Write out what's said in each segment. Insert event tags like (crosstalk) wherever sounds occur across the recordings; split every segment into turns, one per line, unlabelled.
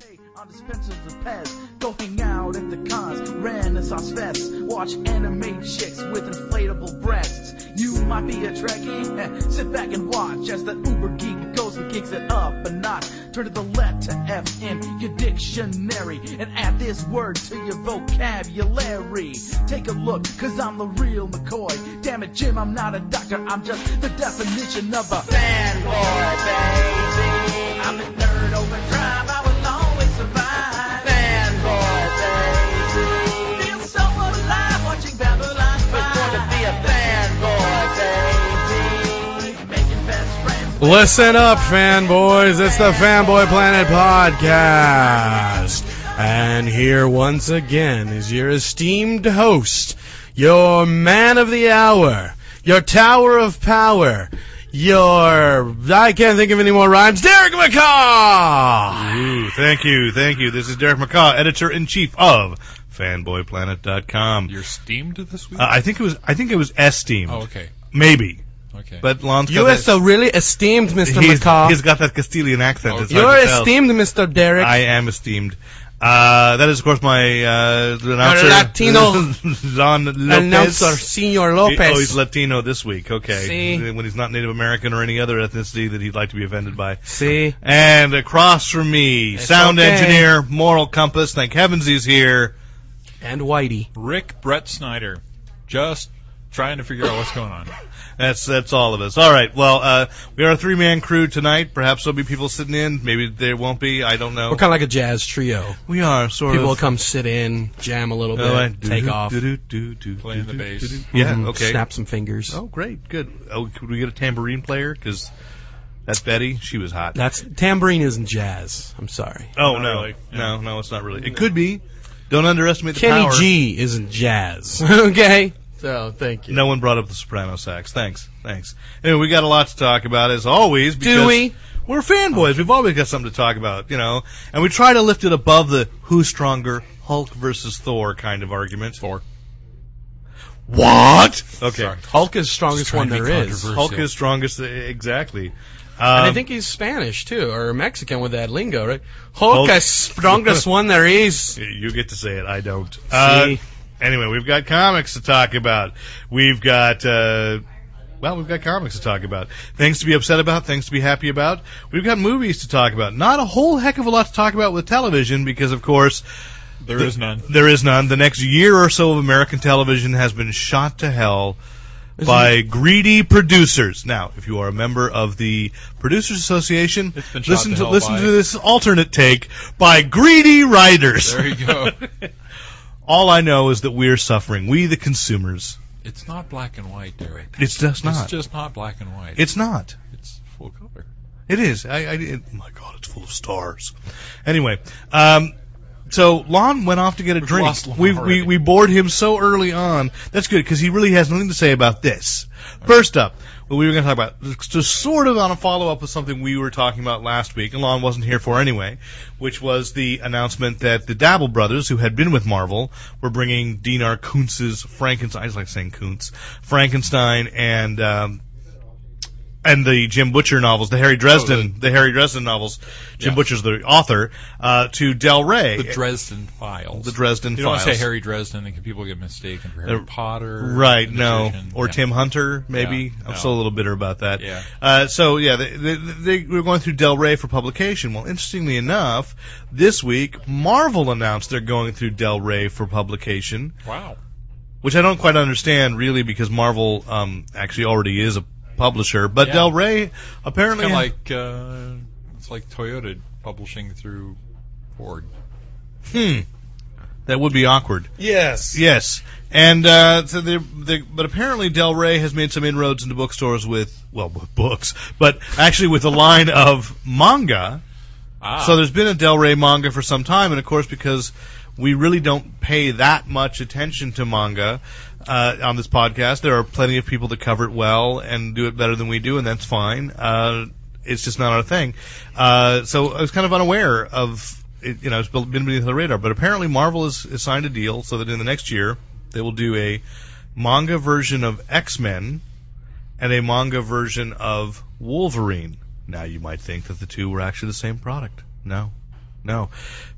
pay on dispensers of Pez. Go hang out at the cons, Renaissance Fest. Watch anime chicks with inflatable breasts. You might be a Trekkie, (laughs) sit back and watch as the Uber geek goes and kicks it up a notch. Turn to the letter F in your dictionary and add this word to your vocabulary. Take a look, cause I'm the real McCoy. Damn it, Jim, I'm not a doctor, I'm just the definition of a fanboy, baby. I'm a nerd overdrive, I will always survive. Fanboy, baby. Feel so alive watching Babylon 5. It's going to be a fanboy, baby. Making best friends.
Listen up, fanboys. It's the Fanboy Planet Podcast. And here once again is your esteemed host, your man of the hour, your tower of power, your. I can't think of any more rhymes. Derek McCaw!
Ooh, thank you, thank you. This is Derek McCaw, editor in chief of FanboyPlanet.com.
You're steamed this week.
Uh, I think it was I think it was esteemed,
oh, okay,
maybe.
okay.
But Lon's
You
got
are
that,
so really esteemed, Mr.
he's,
McCaw.
he's got that Castilian accent. it's
You're
hard to tell.
esteemed, Mr. Derek.
I am esteemed. Uh, that is of course my uh, announcer, (laughs)
Latino
Don Lopez.
Announcer, Senor Lopez.
Oh, he's Latino this week. Okay,
See.
when he's not Native American or any other ethnicity that he'd like to be offended by.
See?
And across from me,
It's
sound
okay.
engineer, moral compass. Thank heavens he's here.
And Whitey.
Rick Brett Snyder, just trying to figure out what's going on.
That's that's all of us. All right. Well, uh, we are a three man crew tonight. Perhaps there'll be people sitting in. Maybe there won't be. I don't know.
We're kind of like a jazz trio.
We are sort
People will
of.
come sit in, jam a little bit,
All right.
take off.
Playing the bass.
Oh, Yeah.
Mhm,
Okay.
Snap some fingers.
Oh, great. Good. Oh, could we get a tambourine player? Because that's Betty. She was hot.
That's tambourine isn't jazz. I'm sorry.
(laughs) oh
Not
no,
really.
no, no. It's not really. It could be. Don't underestimate the
Kenny
power.
G isn't
(laughs)
jazz. okay. So thank you.
No one brought up the soprano sax. Thanks. Thanks. Anyway, we got a lot to talk about as always. Because
Do we?
We're fanboys. We've always got something to talk about, you know. And we try to lift it above the who's stronger, Hulk versus Thor kind of argument. Thor. What? Okay.
Sorry.
Hulk is strongest
Trying
one
to be
there is,
controversial.
Hulk is strongest. Exactly. Um,
and I think he's Spanish too, or Mexican with that lingo, right? Hulk
Hulk-
is strongest one there is.
you get to say it. I don't. (laughs) Uh,
See?
anyway, we've got comics to talk about. We've got. Uh, well, we've got comics to talk about. Things to be upset about, things to be happy about. We've got movies to talk about. Not a whole heck of a lot to talk about with television because, of course,
There
The-
is none.
there is none. The next year or so of American television has been shot to hell by greedy producers. Now, if you are a member of the Producers Association,
It's been shot
listen
to
to
hell
listen
by-
to this alternate take by greedy writers.
There you
(laughs)
go.
All I know is that we're suffering. We, the consumers.
it's not black and white, Derek.
It's just not.
It's just not black and white.
It's not.
it's full color.
It is. I, I, it, my God, it's full of stars. Anyway, um, so Lon went off to get a
We've
drink.
lost Lon
We, we
already.
we bored him so early on. That's good because he really has nothing to say about this. First up, what we were going to talk about, so sort of on a follow up with something we were talking about last week, and Lon wasn't here for anyway, which was the announcement that the Dabble brothers, who had been with Marvel, were bringing Dinar Kuntz's Frankenstein. I just like saying Kuntz, Frankenstein, and um, and the Jim Butcher novels, the Harry Dresden, the, Harry Dresden novels. Jim
Yeah.
Butcher's the author uh, to Del Rey.
The Dresden Files.
The Dresden
you don't want to
Files.
say Harry Dresden, and people get mistaken for Harry
Uh,
Potter.
Right,
the
no,
magician.
or
Yeah.
Tim Hunter, maybe.
Yeah,
I'm
no.
still a little bitter about that.
Yeah.
Uh, so yeah, they, they, they were going through Del Rey for publication. Well, interestingly enough, this week Marvel announced they're going through Del Rey for publication,
Wow.
which I don't quite understand really, because Marvel um, actually already is a publisher, but
Yeah.
Del Rey
It's
apparently
kind of like uh, it's like Toyota publishing through Ford.
hmm, that would be awkward.
Yes.
Yes, and uh, so they they but apparently Del Rey has made some inroads into bookstores with well (laughs) with books, but actually with a line of manga.
Ah.
So there's been a Del Rey manga for some time, and of course because we really don't pay that much attention to manga uh, on this podcast, there are plenty of people that cover it well and do it better than we do, and that's fine. Uh, it's just not our thing. Uh, so I was kind of unaware of it, you know it's been beneath the radar, but apparently Marvel has, has signed a deal so that in the next year they will do a manga version of X Men and a manga version of Wolverine. Now you might think that the two were actually the same product. No, No.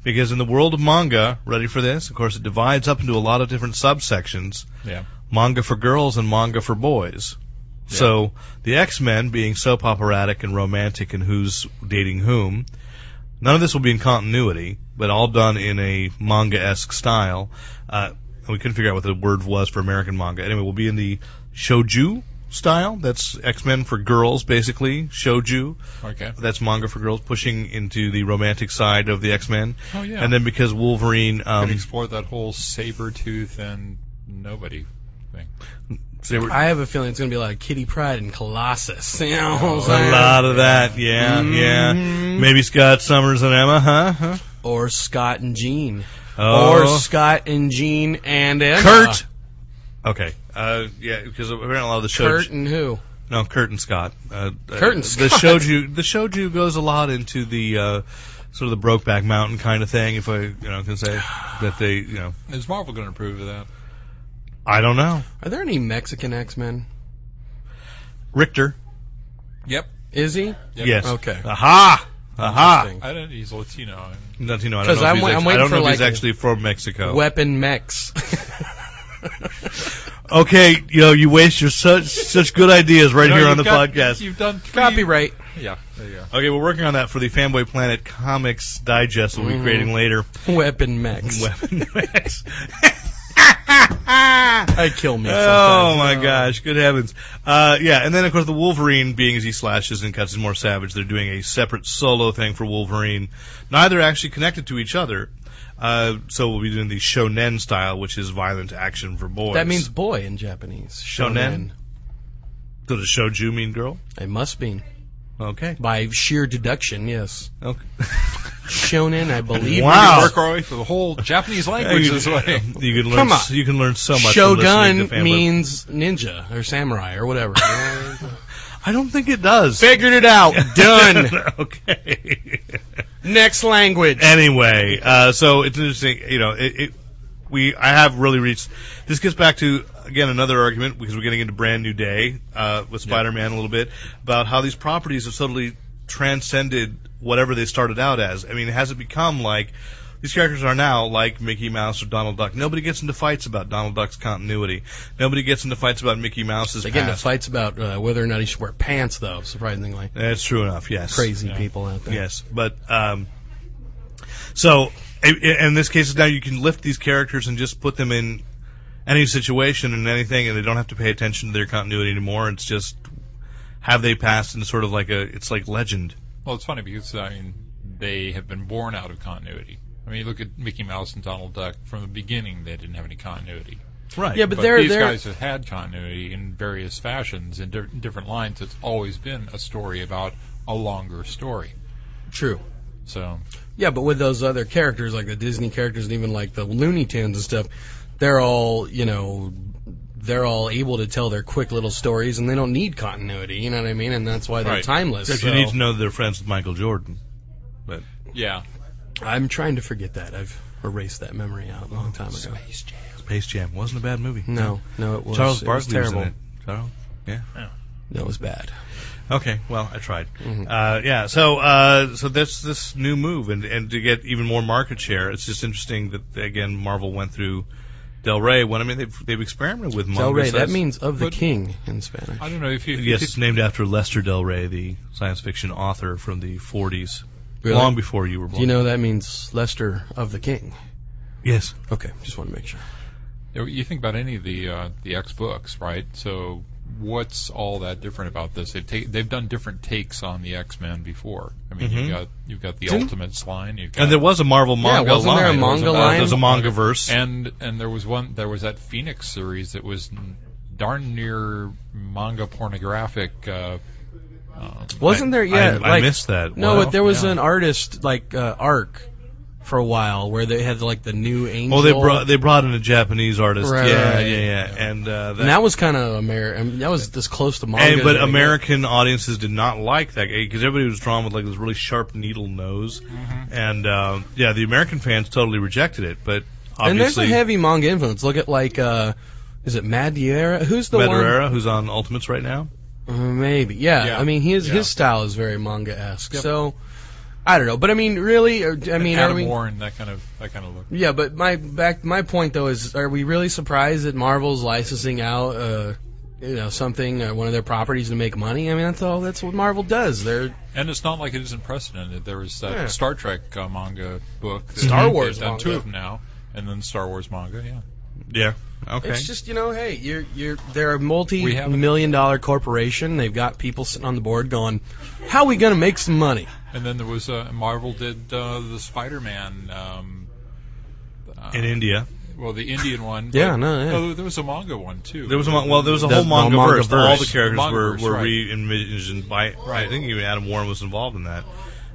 Because in the world of manga, ready for this? Of course, it divides up into a lot of different subsections
Yeah.
manga for girls and manga for boys.
Yeah.
So the X Men being soap operatic and romantic and who's dating whom, none of this will be in continuity, but all done in a manga esque style. Uh, we couldn't figure out what the word was for American manga. Anyway, we'll be in the shoju style. That's X Men for girls, basically. Shoju.
Okay.
That's manga for girls, pushing into the romantic side of the X Men.
Oh yeah.
And then because Wolverine,
you
um,
could explore that whole saber tooth and nobody.
they were-
I have a feeling it's going to be like Kitty Pride and Colossus. You know what I'm
Oh,
A
saying?
lot of that, yeah, yeah.
Mhm.
Maybe Scott Summers and Emma, huh? huh?
Or Scott and Jean. Or
Oh,
Scott and Jean and Emma.
Kurt. Okay, uh, yeah, because apparently a lot of the shows.
Kurt and who?
No, Kurt and Scott. Uh, uh,
Kurt and
The
Scott.
shoju, the shoju goes a lot into the uh, sort of the Brokeback Mountain kind of thing. If I, you know, can say that they, you know,
Is Marvel going to approve of that?
I don't know.
Are there any Mexican X Men?
Richter,
Yep.
Is he?
yep.
yes.
Okay.
Aha, aha.
Interesting.
I don't. He's Latino.
Nothing. I don't
'Cause
know. If
I'm
he's
wa- I'm
actually, I
waiting
don't know
for,
if he's
like,
actually from Mexico.
Weapon Mex. (laughs)
okay, you know, you waste your such such good ideas right
No,
here
you've
on the
got-
podcast.
You've done three-
Copyright.
Yeah. There you go.
Okay, we're working on that for the Fanboy Planet Comics Digest we'll be
Mhm.
creating
(laughs)
later.
Weapon Mex. (laughs)
Weapon Max.
I kill me.
oh
sometimes.
my gosh, good heavens. Uh, yeah, and then of course the Wolverine, being as he slashes and cuts is more savage, they're doing a separate solo thing for Wolverine. Neither actually connected to each other. Uh, so we'll be doing the shonen style, which is violent action for boys.
That means boy in Japanese.
Shonen? does shoju mean girl?
It must be (laughs)
Okay.
by sheer deduction. Yes.
Okay.
Shonen, I believe.
Wow.
We work our way through
(laughs)
the whole Japanese language
you,
this way.
you can learn.
Come on.
You can learn so much. from listening to
Shogun
Fanboy
means ninja or samurai
(laughs)
or whatever.
I don't think it does.
Figured it out.
(laughs)
Done.
okay. (laughs)
Next language.
anyway, uh, so it's interesting. You know, it, it, we I have really reached. This gets back to again another argument because we're getting into Brand New Day uh, with Spider-Man a little bit about how these properties have totally transcended whatever they started out as. I mean, has it become like these characters are now like Mickey Mouse or Donald Duck? Nobody gets into fights about Donald Duck's continuity. Nobody gets into fights about Mickey Mouse's
They get into
past.
fights about uh, whether or not he should wear pants, though. Surprisingly,
That's true enough. Yes.
crazy people out there.
Yes, but um, so i- i- in this case now you can lift these characters and just put them in any situation and anything, and they don't have to pay attention to their continuity anymore. It's just have they passed into sort of like a it's like legend.
Well, it's funny because I mean they have been born out of continuity. I mean, you look at Mickey Mouse and Donald Duck. From the beginning, they didn't have any continuity.
Right.
Yeah, but, they're
these
they're
guys have had continuity in various fashions in di- different lines. It's always been a story about a longer story.
true.
So
Yeah, but with those other characters, like the Disney characters, and even like the Looney Tunes and stuff, they're all you know, they're all able to tell their quick little stories, and they don't need continuity. You know what I mean? And that's why they're
Right.
timeless.
Except
so-
you need to know they're friends with Michael Jordan.
yeah,
I'm trying to forget that. I've erased that memory out a long time ago.
Space Jam wasn't a bad movie.
No, no, it was
Charles
it was
Barkley was in
terrible.
it. Charles.
No, it was bad.
Okay, well, I tried.
Mhm.
Uh, yeah, so uh, so that's this new move, and and to get even more market share, it's just interesting that again Marvel went through Del Rey. When I mean they've they've experimented with
Del
manga.
Rey, that
science-
means of the
But-
king in Spanish.
I don't know if you
(laughs) yes,
if
it's named after Lester Del Rey, the science fiction author from the 40s,
Really?
long before you were
Do
born.
you know that means Lester of the king?
yes,
Okay, just want to make sure.
you, you think about any of the uh, the X books, right? So what's all that different about this? They've ta- they've done different takes on the X Men before. I mean,
Mhm.
you've got you've got the
Mm-hmm. Didn't-
Ultimates line, you've got
and there was a Marvel manga
wasn't
line.
there a manga line?
There's a manga verse.
And and there was one there was that Phoenix series that was n- darn near manga pornographic. Uh, um,
Wasn't there?
I,
Yeah, like
I missed that.
no,
Wow.
but there was
yeah.
an artist like uh, arc for a while where they had like the new angel.
Oh, they brought they brought in a Japanese artist.
Right,
yeah,
right.
yeah, yeah, and uh,
and that was kind of American. that was this close to manga.
And, but
that we
American audiences did not like that because everybody was drawn with like this really sharp needle nose, and um, yeah, the American fans totally rejected it. But
get. and there's a
obviously,
heavy manga influence. Look at like, uh, is it Madeira? Who's the
Madureira, who's on Ultimates right now,
one? Uh, Maybe, yeah.
Yeah.
I mean, his
Yeah.
his style is very manga esque.
Yep.
So, I don't know, but I mean, really, or, I mean,
Adam
are we,
Warren, that kind of that kind of look.
yeah. But my back, my point though is, are we really surprised that Marvel's licensing out, uh, you know, something, uh, one of their properties to make money? I mean, that's all. That's what Marvel does. They're
And it's not like it isn't precedented. There was that
Yeah.
Star Trek uh, manga book. that-
Star
they've
Wars
done two
manga.
of them now, and then Star Wars manga. Yeah.
Yeah. Okay.
It's just you know, hey, you're you're they're a
We have-
multi-million dollar corporation. They've got people sitting on the board going, "How we gonna make some money?"
And then there was uh, Marvel did uh, the Spider-Man. Um, uh,
in India,
well, the Indian one.
(laughs) Yeah,
but-
no, yeah.
Oh, there was a manga one too.
there was a mon- well, there was a
The-
whole
the
manga, verse.
manga
All the
verse.
characters
Manga
were
verse,
were
right.
re-envisioned by. I think even Adam Warren was involved in that.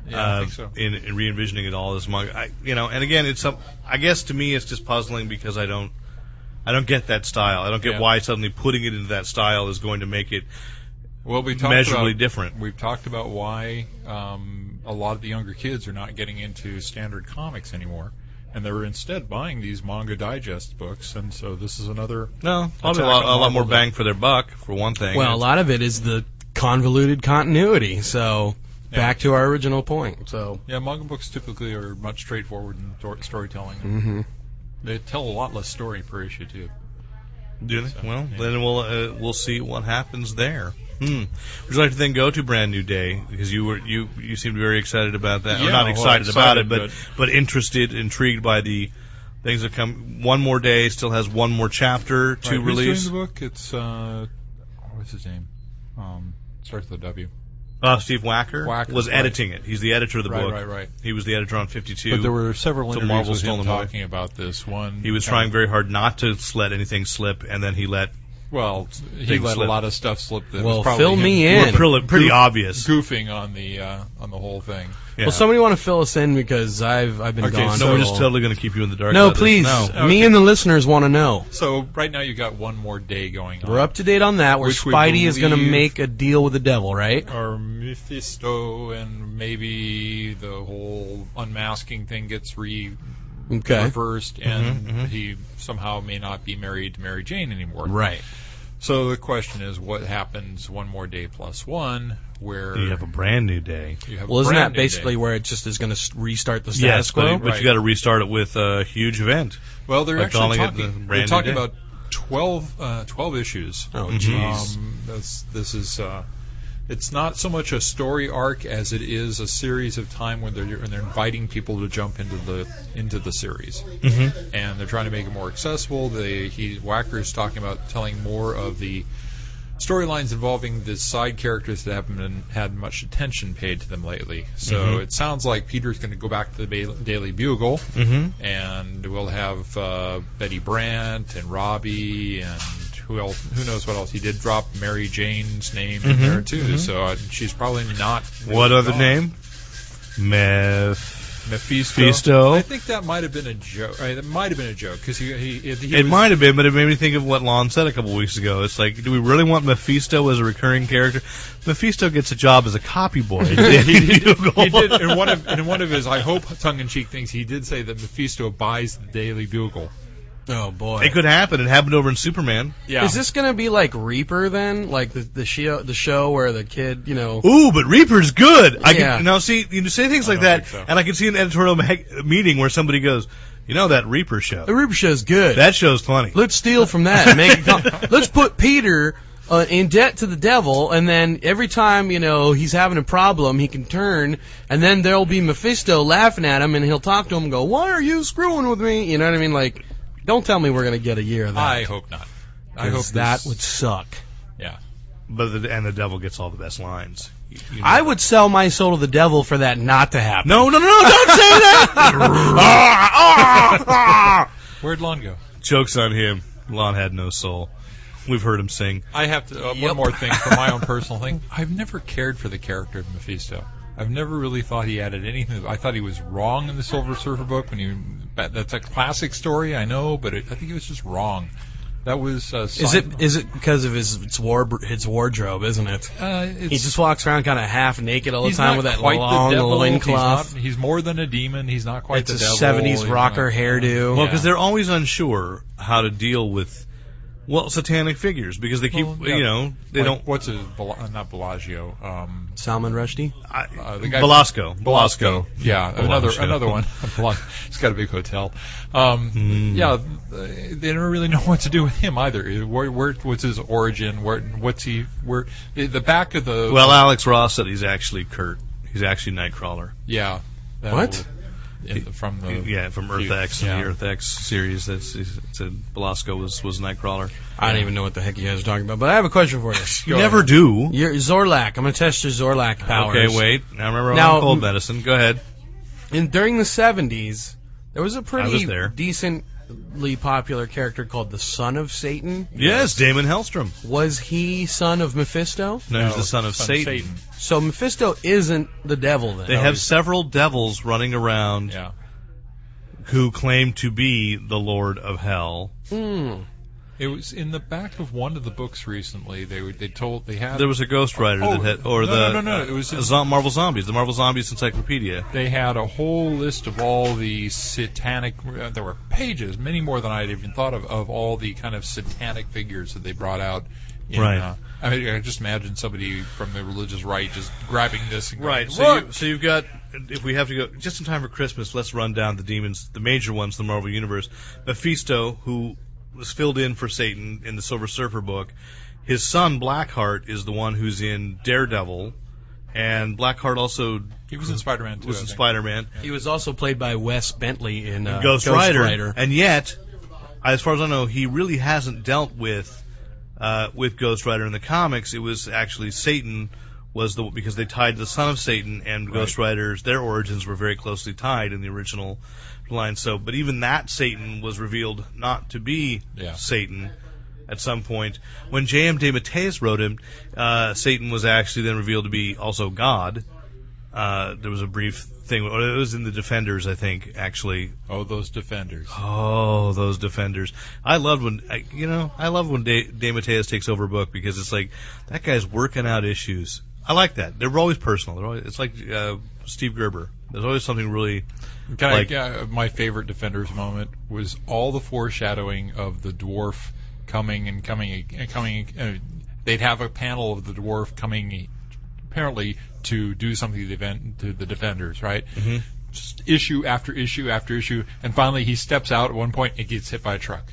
Yeah, I
uh,
think so.
in, in re-envisioning it all as manga. I, you know, and again, it's some. I guess to me, it's just puzzling because I don't, I don't get that style. I don't get
Yeah.
why suddenly putting it into that style is going to make it
Well, we talked
measurably
about,
different.
We've talked about why um, a lot of the younger kids are not getting into standard comics anymore, and they're instead buying these manga digest books. And so this is another.
No, probably a
Attack
lot,
on
a lot more
Marvel.
bang for their buck for one thing.
Well, a lot of it is the convoluted continuity. So
Yeah.
back to our original point. So
Yeah, manga books typically are much straightforward in tor- storytelling.
hmm
They tell a lot less story per issue too.
Do they? Well,
yeah.
then we'll uh, we'll see what happens there. Hmm. Would you like to then go to brand new day because you were you you seemed very excited about that? or
Yeah,
not
well,
excited, about it,
excited,
but, but interested, intrigued by the things that come. One more day still has one more chapter to
Right, who's doing
release.
the book? It's uh, what's his name? Um, starts with a W.
Uh, Steve Wacker,
Wacker,
was
right.
editing it. He's the editor of the
right,
book.
right, right.
He was the editor on Fifty Two.
But there were several
to
interviews
Marvel
with him
stolen away.
talking about this. One,
he was
kind of-
trying very hard not to let anything slip, and then he let
Well, he
Big
let
slip.
a lot of stuff slip. That
Well,
was probably
fill
him (laughs)
me
Well,
in.
pretty, pretty obvious.
Goofing on the uh, on the whole thing.
Yeah.
well, somebody want to fill us in because I've I've been
Okay,
gone.
no,
so-
we're just totally going to keep you in the dark.
no,
about this.
please.
No.
Me
Okay.
and the listeners want to know.
So right now you got one more day going on.
We're up to date on that. Where
Which we
Spidey is going to
believe-
make a deal with the devil, right?
Or Mephisto, and maybe the whole unmasking thing gets re-
Okay. Mm-hmm,
reversed, and
Mhm, mhm.
he somehow may not be married to Mary Jane anymore.
Right.
So the question is, what happens one more day plus one, where
You have a brand new day.
you have a
Well, isn't
brand
that
new day?
basically where it just is going to restart the status
Yes,
quo?
but, but
Right.
you got to restart it with a huge event.
Well, they're
Like
actually
calling it the
talking.
brand
They're
new
talking
day.
about 12, uh, 12 issues.
Oh,
Mhm.
jeez.
Um, that's, this is. Uh, it's not so much a story arc as it is a series of time when they're and they're inviting people to jump into the into the series,
Mm-hmm.
and they're trying to make it more accessible. They he Wacker's talking about telling more of the storylines involving the side characters that haven't been, had much attention paid to them lately. So
Mhm.
it sounds like Peter's going to go back to the Ba- Daily Bugle,
Mm-hmm.
and we'll have uh, Betty Brant and Robbie and who else? Who knows what else? He did drop Mary Jane's name in
Mhm,
there too,
mhm.
so uh, she's probably not. really
What other
gone.
name? Meph.
Mephisto.
Mephisto.
I think that might have been a joke. Uh, that might have been a joke because he, he, if he
It
was-
might have been, but it made me think of what Lon said a couple weeks ago. It's like, do we really want Mephisto as a recurring character? Mephisto gets a job as a copy boy.
(laughs)
he did, he did in one of in one of his I hope tongue in cheek things he did say that Mephisto buys the Daily Bugle.
Oh boy.
It could happen. It happened over in Superman.
Yeah.
Is this gonna be like Reaper then, like the the show the show where the kid, you know?
Ooh, but Reaper's good. I
Yeah.
can now see you say things
I
like
don't
that,
think so.
and I can see an editorial me- meeting where somebody goes, "You know that Reaper show?
The Reaper show's good.
That show's funny."
Let's steal from that. And make it com- (laughs) Let's put Peter uh, in debt to the devil, and then every time you know he's having a problem, he can turn, and then there'll be Mephisto laughing at him, and he'll talk to him and go, "Why are you screwing with me?" You know what I mean? Like, don't tell me we're gonna get a year of that.
I hope not. I
'cause
hope
that
this-
would suck.
But the, and the devil gets all the best lines. You- you know
I
that.
would sell my soul to the devil for that not to happen.
No, no, no, no, don't say that!
Where'd Lon go?
ah. Joke's on him. Lon had no soul. We've heard him sing.
I have to uh,
Yep.
one more thing
(laughs)
for my own personal thing. I've never cared for the character of Mephisto. I've never really thought he added anything. I thought he was wrong in the Silver Surfer book when he. that- That's a classic story, I know, but it, I think he was just wrong. That was. Uh,
Is it is it because of his its, war, his wardrobe, isn't it?
Uh, it's,
He just walks around kind of half naked all the
he's
time
not
with that
quite
long
the devil.
loincloth.
He's, not- he's more than a demon. He's not quite
It's
the
a
devil.
'70s
He's
rocker
not- uh,
hairdo.
Well,
Yeah.
because they're always unsure how to deal with well, satanic figures because they keep,
Well, yeah.
you know, they
Like,
don't.
What's his? Bel- uh, not Bellagio. Um,
Salman Rushdie.
I,
uh, the guy from-
Velasco. Velasco.
Yeah, another
Bellagio.
another one. (laughs) Bellagio. He's got a big hotel. Um, Yeah, they they don't really know what to do with him either. Where, where what's his origin? Where what's he? Where the the back of the
Well, Alex Ross said he's actually Kurt. He's actually Nightcrawler.
yeah. that
What?
will- in the- from the
Oh, Yeah, from Earth X
yeah.
and the Earth X series. That's he said Velasco was was Nightcrawler.
I don't even know what the heck you guys are talking about, but I have a
(laughs)
question for you.
You never do.
Your Zorlak. I'm gonna test your Zorlak powers.
Okay, wait. Now remember I'm
Now-
on cold medicine. Go ahead.
And during the 70s, there was a pretty
was there.
decently popular character called the Son of Satan.
Yes, Damon Hellstrom.
Was he son of Mephisto?
No, he's the son of Satan.
So Mephisto isn't the devil then.
They have several devils running around
Yeah.
who claim to be the Lord of Hell.
Hmm.
It was in the back of one of the books recently. They were, they told they had
There was a Ghost Rider
Oh,
that had, or
no,
the
no, no, no, it was
uh,
in-
Zo- Marvel Zombies, the Marvel Zombies Encyclopedia.
they had a whole list of all the satanic. Uh, there were pages, many more than I'd even thought of, of all the kind of satanic figures that they brought out. In,
Right.
Uh, I mean, I just imagine somebody from the religious right just grabbing this and going,
Right. So,
Look!
you, so you've got, if we have to go just in time for Christmas, let's run down the demons, the major ones, in the Marvel Universe. Mephisto, who was filled in for Satan in the Silver Surfer book, his son Blackheart is the one who's in Daredevil, and Blackheart also
he was in Spider-Man too.
was
I
in
think.
Spider-Man.
He was also played by Wes Bentley in uh,
Ghost, Rider. and yet, as far as I know, he really hasn't dealt with uh, with Ghost Rider in the comics. It was actually Satan was the because they tied the son of Satan and Ghost Riders. Their origins were very closely tied in the original line. So, but even that Satan was revealed not to be
Yeah.
Satan. At some point, when J.M. De Matteis wrote him, uh, Satan was actually then revealed to be also God. Uh, there was a brief thing. It was in the Defenders, I think, actually,
Oh, those defenders.
Oh, those defenders! I loved when I, you know I love when De, De Mateus takes over a book because it's like that guy's working out issues. I like that. They're always personal. They're always, it's like uh, Steve Gerber. There's always something really
Can
Like-
I, uh, my favorite Defenders moment was all the foreshadowing of the dwarf coming and coming and coming. Uh, they'd have a panel of the dwarf coming, apparently to do something to the, event, to the Defenders, right? Mm-hmm. Just issue after issue after issue, and finally he steps out at one point and gets hit by a truck.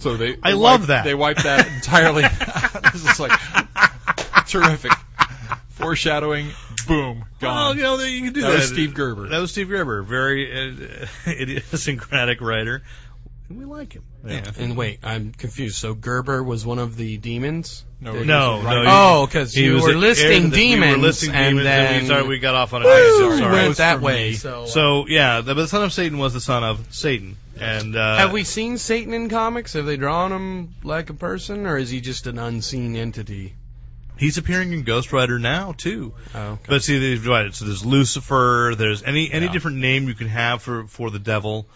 So they,
I
they
love
wipe-
that.
they wipe that
(laughs)
entirely. (laughs) this is like terrific foreshadowing. Boom,
well,
gone.
you know that you can do
That
that.
was Steve Gerber.
That was Steve Gerber, very uh, (laughs) idiosyncratic writer. And we like him. Yeah.
And wait, I'm confused. So Gerber was one of the demons?
No,
That-
No, no, he-
Oh, because you
was
were
an heir
listing
to the-
demons,
We were listing
and
demons,
then
we, sorry, we got off on a
Woo,
tangent. Sorry.
went that
for
way.
me.
So,
So yeah, the, the son of Satan was the son of Satan, and uh,
have we seen Satan in comics? Have they drawn him like a person, or is he just an unseen entity?
He's appearing in Ghost Rider now too.
Oh, okay.
But see, there's, right, so there's Lucifer. There's any any
Yeah.
different name you can have for for the devil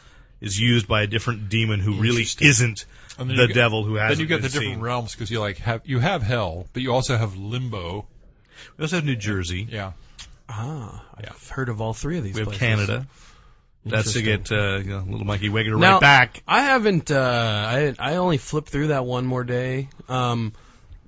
is used by a different demon who really
Interesting.
isn't
And then
the
you get-
devil who hasn't
then you get
been
the different
seen.
realms because you like have you have hell, but you also have limbo.
We also have New Jersey.
Yeah,
ah, I've heard of all three of these.
We have
places.
Canada. That's to
Interesting.
get uh, you know, little Mikey Wagner
Now-
right back.
I haven't. Uh, I I only flipped through that one more day. Um,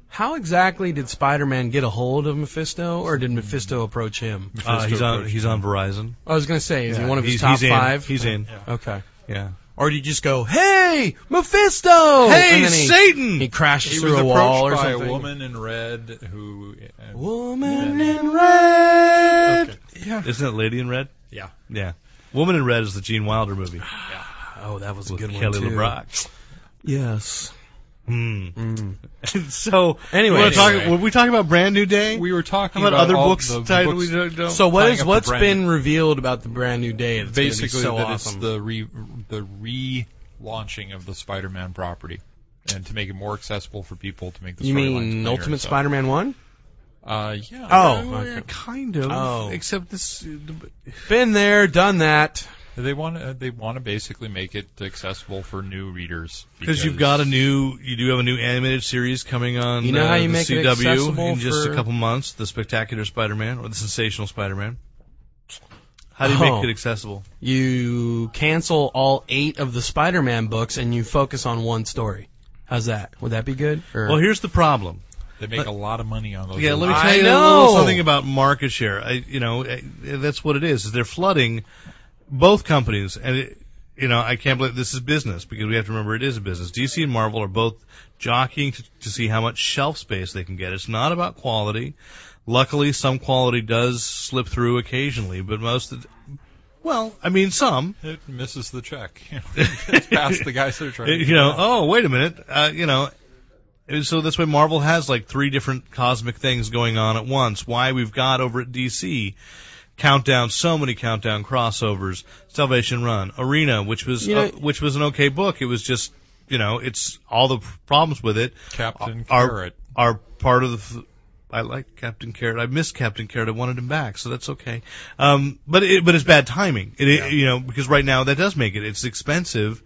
how exactly did Spider-Man get a hold of Mephisto, or did Mephisto approach him?
Uh, he's on
approach.
he's on Verizon.
I was gonna say, is he one of his
he's,
top
he's
five?
In. He's in.
okay.
Yeah.
Or do you just go, "Hey, Mephisto!"
Hey,
and then he,
Satan!
He crashes
he was
through a
approached
wall or
by
something.
a woman in red who. uh,
Woman in red.
okay.
Isn't it Lady in Red?
Yeah.
Yeah. Woman in Red is the Gene Wilder movie.
Oh, that was a
With
good
Kelly
one too.
LeBrock.
Yes.
Hmm. (laughs) so
Anyway,
we're talking-
anyway.
were we talking about Brand New Day?
We were talking
How about other
all
books
the
titled
books
we don't know?
so what
tying
is
up the
what's
brand-
been revealed about the brand new day? That's gonna be
basically
so
that
awesome.
it's the re the re-launching of the Spider-Man property. And to make it more accessible for people, to make the
you
storylines
mean
cleaner
Ultimate
and stuff.
Spider-Man one?
Uh, yeah.
Oh,
Uh, kind of.
Oh.
Except this.
been there, done that.
they want to they want to basically make it accessible for new readers
Because you've got a new, you do have a new animated series coming on
You know
uh,
how you
the
make it
CW
accessible
in just
for-
a couple months, the Spectacular Spider-Man or the Sensational Spider-Man. How do you
Oh.
make it accessible?
You cancel all eight of the Spider-Man books and you focus on one story. How's that? Would that be good? Or,
Well, here's the problem.
They make
Let-
a lot of money on those.
Yeah, let me
ads.
tell
Oh, I
you a little
know.
something about market share. I, you know, I, that's what it is. Is they're flooding both companies, and it, you know, I can't believe this is business because we have to remember it is a business. DC and Marvel are both jockeying to, to see how much shelf space they can get. It's not about quality. Luckily, some quality does slip through occasionally, but most, of the, well, I mean, some.
It misses the check. (laughs) it's past the guys that are trying. to
(laughs) you know,
get it.
oh, wait a minute, uh, you know. and So that's why Marvel has like three different cosmic things going on at once. Why we've got over at DC Countdown, so many Countdown crossovers, Salvation Run, Arena, which was
You know-
uh, which was an okay book. It was just you know, it's all the problems with it
Captain
are-
Carrot.
are part of the. f- I like Captain Carrot. I miss Captain Carrot. I wanted him back, so that's okay. Um, but it, but it's bad timing. It,
Yeah.
you know, because right now that does make it. It's expensive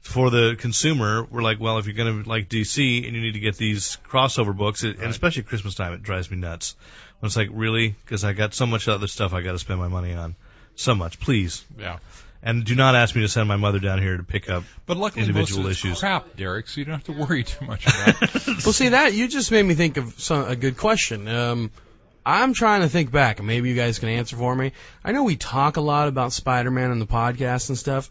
for the consumer. We're like, well, if you're gonna like DC and you need to get these crossover books, it, and especially at Christmas time, it drives me nuts. When it's like, really? Because I got so much other stuff I got to spend my money on. So much, please.
Yeah,
And do not ask me to send my mother down here to pick up.
but luckily
Individual
most of
issues.
it's crap, Derek. So you don't have to worry too
(laughs)
much about. it.
well, see that you just made me think of some, a good question. Um, I'm trying to think back, and maybe you guys can answer for me. I know we talk a lot about Spider-Man on the podcast and stuff,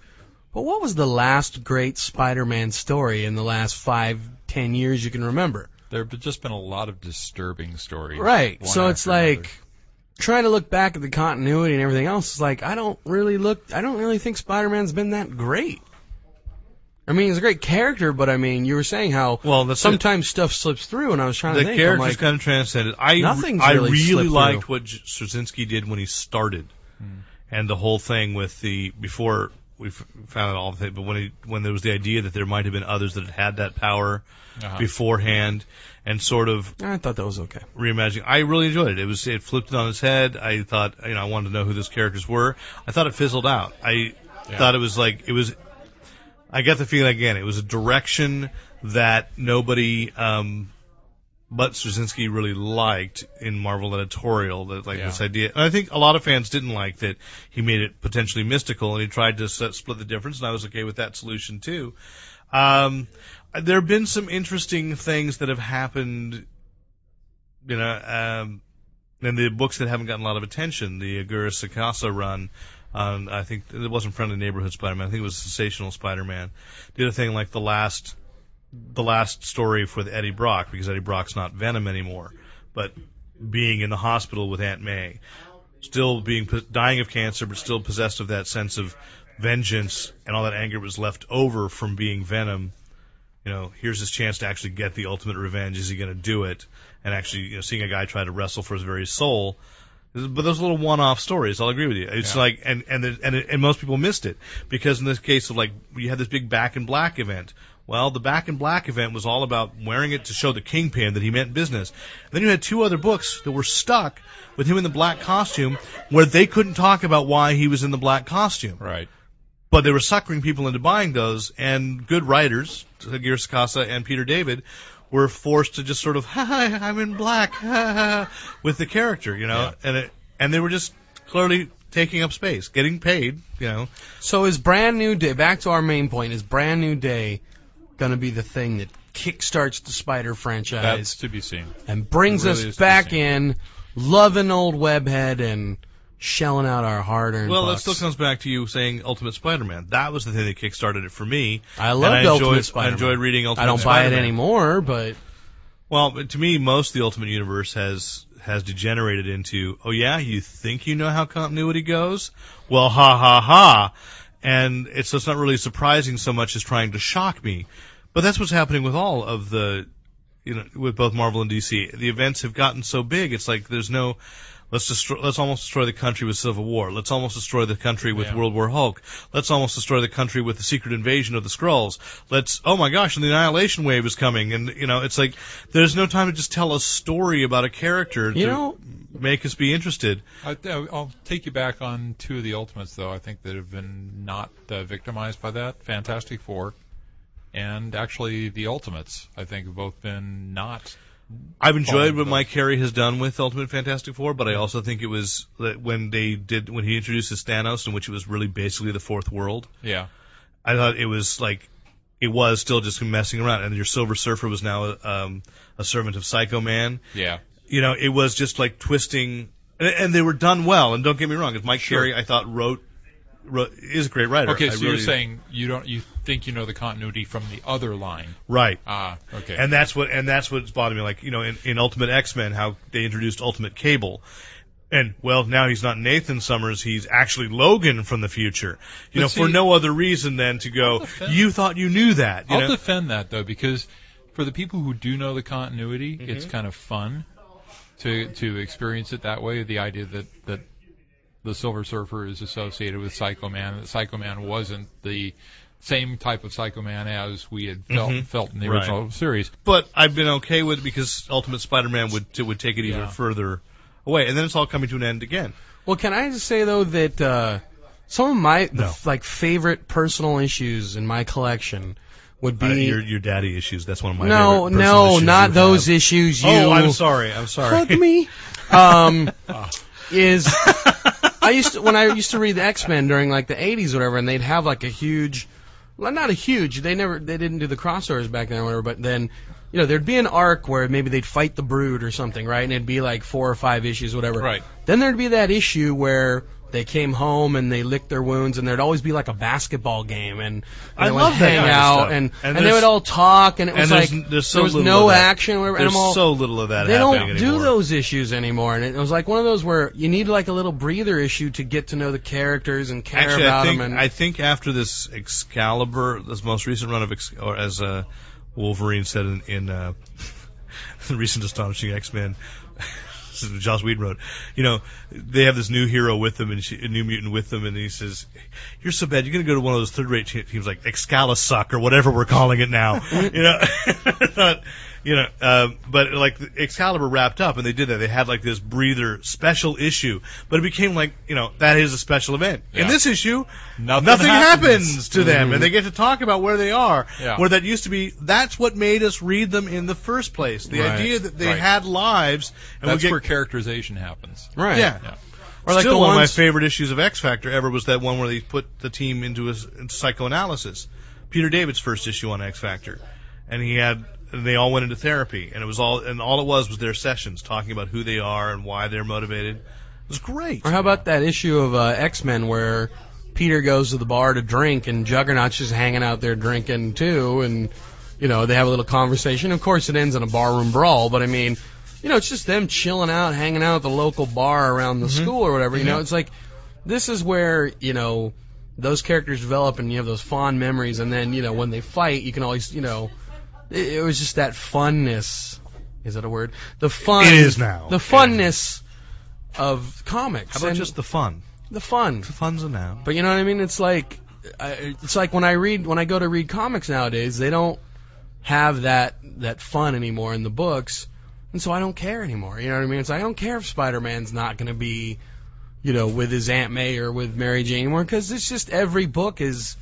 but what was the last great Spider-Man story in the last five, ten years you can remember?
there have just been a lot of disturbing stories.
Right.
one
So it's
after another.
like trying to look back at the continuity and everything else. It's like I don't really look. I don't really think Spider-Man's been that great. I mean, he's a great character, but I mean, you were saying how
Well, that's it.
sometimes stuff slips through, and I was trying to
the
think. I'm
character's
like,
kind of transcended. I
Nothing's
I
really
really,
slipped
liked
through. Hmm.
what J- Straczynski did when he started, and the whole thing with the before we f- found out all the thing, but when he when there was the idea that there might have been others that had had that power
Uh-huh.
Ah.
beforehand, and sort of
I thought that was okay.
reimagining. I really enjoyed it. It was it flipped it on its head. I thought you know I wanted to know who those characters were. I thought it fizzled out. I
Yeah.
thought it was like it was. I got the feeling again it was a direction that nobody um, but Straczynski really liked in Marvel editorial. That like
Yeah.
this idea, and I think a lot of fans didn't like that he made it potentially mystical and he tried to set, split the difference. And I was okay with that solution too. Um, there have been some interesting things that have happened, you know, um, and the books that haven't gotten a lot of attention. The Agura Sakasa run, um, I think it wasn't Friendly Neighborhood Spider-Man. I think it was Sensational Spider-Man. The other thing, like the last, the last story with Eddie Brock, because Eddie Brock's not Venom anymore, but being in the hospital with Aunt May, still being dying of cancer, but still possessed of that sense of vengeance and all that anger was left over from being Venom. You know, here's his chance to actually get the ultimate revenge. Is he going to do it? And actually, you know, seeing a guy try to wrestle for his very soul. But those little one-off stories, I'll agree with you. It's
Yeah.
like, and and there- and it- and most people missed it because in this case of like you had this big Back in Black event. Well, the Back in Black event was all about wearing it to show the Kingpin that he meant business. Then you had two other books that were stuck with him in the black costume, where they couldn't talk about why he was in the black costume
right.
but they were suckering people into buying those, and good writers, Aguirre Sacasa and Peter David, were forced to just sort of, (laughs) ha, ha, I'm in black, ha, ha, ha, with the character, you know, and it, and they were just clearly taking up space, getting paid, you know.
So is brand new day back to our main point? Is brand new day going to be the thing that kickstarts the Spider
That's
franchise
to be seen.
and brings
really is
us
to be
back
seen.
in, loving old webhead and shelling out our hard-earned
Well,
bucks?
that still comes back to you saying Ultimate Spider-Man. That was the thing that kickstarted it for me.
I
and
love
I
the
enjoyed,
Ultimate
I
Spider-Man.
enjoyed reading Ultimate
I don't buy
Spider-Man.
it anymore, but
Well, but to me, most of the Ultimate Universe has has degenerated into, oh yeah, you think you know how continuity goes? Well, ha ha ha. And it's just not really surprising so much as trying to shock me. But that's what's happening with all of the, you know, with both Marvel and DC. The events have gotten so big, it's like there's no, let's destroy, let's almost destroy the country with Civil War. Let's almost destroy the country with
Yeah.
World War Hulk. Let's almost destroy the country with the secret invasion of the Skrulls. Let's, oh my gosh, and the Annihilation Wave is coming. And, you know, it's like, there's no time to just tell a story about a character to
You know-
make us be interested.
I, I'll take you back on two of the ultimates, though. I think that have been not uh, victimized by that. Fantastic Four, and actually the Ultimates. I think have both been not.
I've
Oh
enjoyed
Following
what
those.
Mike Carey has done with Ultimate Fantastic Four, but I also think it was that when they did when he introduces Thanos, in which it was really basically the fourth world.
Yeah.
I thought it was like it was still just messing around, and your Silver Surfer was now um, a servant of Psycho Man.
Yeah.
You know, it was just like twisting, and, and they were done well. And don't get me wrong, because Mike
Sure.
Carey, I thought wrote, wrote is a great writer. I
Okay, so
really,
you're saying you don't you think you know the continuity from the other line?
right?
Ah, okay.
And that's what and that's what's bothering me. Like you know, in, in Ultimate X Men, how they introduced Ultimate Cable, and well, now he's not Nathan Summers; he's actually Logan from the future. You
But
know, for
see-
no other reason than to go,
defend-
you thought you knew that. You
I'll
know?
defend that though because for the people who do know the continuity,
Mm-hmm.
it's kind of fun to to experience it that way. The idea that that the Silver Surfer is associated with Psycho Man, and that Psycho Man wasn't the same type of Psycho Man as we had felt
Mhm.
felt in the
Right.
original series.
but I've been okay with it because Ultimate Spider-Man would t- would take it even
Yeah.
further away, and then it's all coming to an end again.
Well, can I just say though that uh, some of my the
No.
f- like favorite personal issues in my collection would
Uh,
be
your your daddy issues. That's one of my
no,
favorite personal
no,
issues
not
you
those
have.
issues. You
Oh, I'm sorry. I'm sorry. (laughs)
hug me. (laughs) Um, is I used to, when I used to read the X Men during like the 80s or whatever, and they'd have like a huge, well, not a huge. They never they didn't do the crossovers back then or whatever. But then, you know, there'd be an arc where maybe they'd fight the Brood or something, right? And it'd be like four or five issues, whatever.
Right.
Then there'd be that issue where. They came home and they licked their wounds, and there'd always be like a basketball game, and, and
I
they would
love that
hang
kind of
out,
stuff.
and,
And
and, they
there's-
would all talk, and it was
and there's,
like
there's so
there was
little
no
of that.
action, or whatever. and
There's
I'm all-
so little of that
they
happening
don't
anymore.
do those issues anymore, and it was like one of those where you need like a little breather issue to get to know the characters and care
Actually,
about
I think
them. And
I think after this Excalibur, this most recent run of, Ex- or as uh, Wolverine said in, in uh, (laughs) the recent astonishing X Men. (laughs) Joss Whedon wrote, you know, they have this new hero with them and she, a new mutant with them, and he says, "You're so bad, you're gonna go to one of those third-rate te- teams like Excalisuck or whatever we're calling it
(laughs)
now." you know, (laughs) Not- you know, um, but like the Excalibur wrapped up, and they did that. They had like this breather special issue, but it became like, you know, that is a special event. In
Yeah.
this issue,
Nothing
nothing happens,
happens. Mm-hmm.
to them, and they get to talk about where they are.
Yeah.
Where that used to be, that's what made us read them in the first place. The
Right.
idea that they
Right.
had lives, and
That's
we get
where characterization happens.
right,
yeah.
Yeah.
or like
Still,
the
one
ones-
of my favorite issues of X Factor ever was that one where they put the team into a s- psychoanalysis. Peter David's first issue on X Factor, and he had and they all went into therapy, and it was all and all it was was their sessions talking about who they are and why they're motivated. It was great.
Or how about that issue of uh, X Men where Peter goes to the bar to drink, and Juggernaut's just hanging out there drinking too, and you know they have a little conversation. Of course, it ends in a barroom brawl, but I mean, you know, it's just them chilling out, hanging out at the local bar around the
Mm-hmm.
school or whatever. You know, it's like this is where you know those characters develop, and you have those fond memories, and then you know when they fight, you can always you know it, it was just that funness. Is that a word? The fun.
It is now.
The funness of comics.
How about
and
just the fun?
the fun.
The fun's a now.
But you know what I mean? It's like I, it's like when I read when I go to read comics nowadays, they don't have that that fun anymore in the books, and so I don't care anymore. You know what I mean? It's like I don't care if Spider Man's not going to be, you know, with his Aunt May or with Mary Jane anymore because it's just every book is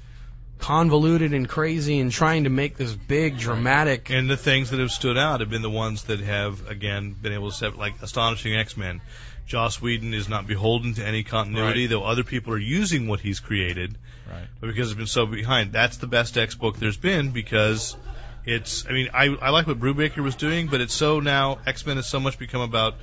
convoluted and crazy and trying to make this big dramatic.
And the things that have stood out have been the ones that have, again, been able to set, like Astonishing X Men. Joss Whedon is not beholden to any continuity,
Right.
though other people are using what he's created.
Right.
But because it's been so behind, that's the best X book there's been because it's, I mean, I, I like what Brubaker was doing, but it's so now, X Men has so much become about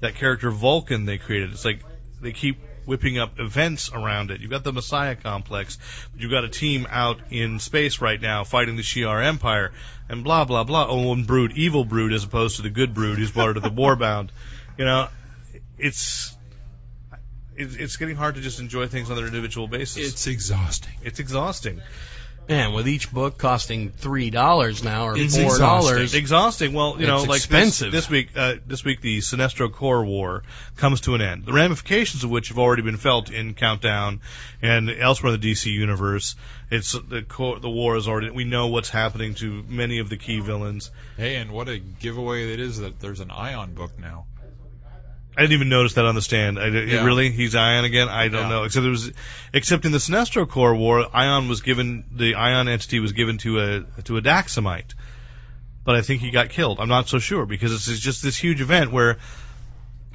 that character Vulcan they created. It's like they keep whipping up events around it. You've got the Messiah complex, you've got a team out in space right now fighting the Shi'ar Empire, and blah blah blah. Oh, and Brood, evil Brood, as opposed to the good Brood who's part of the Warbound. (laughs) You know, it's it's it's getting hard to just enjoy things on their individual basis.
It's exhausting.
it's exhausting.
And with each book costing three dollars now or
It's
four dollars,
It's exhausting. Well, you
It's
know, like this-
expensive.
This, week, uh, this week the Sinestro Corps War comes to an end. The ramifications of which have already been felt in Countdown and elsewhere in the DC universe. It's the co- the war is already. We know what's happening to many of the key villains.
Hey, and what a giveaway that is that there's an Ion book now.
I didn't even notice that on the stand. I, did-
Yeah.
Really, he's Ion again? I don't
Yeah.
know. Except it was, except in the Sinestro Corps War, Ion was given the Ion entity was given to a to a Daxamite, but I think he got killed. I'm not so sure because this is just this huge event where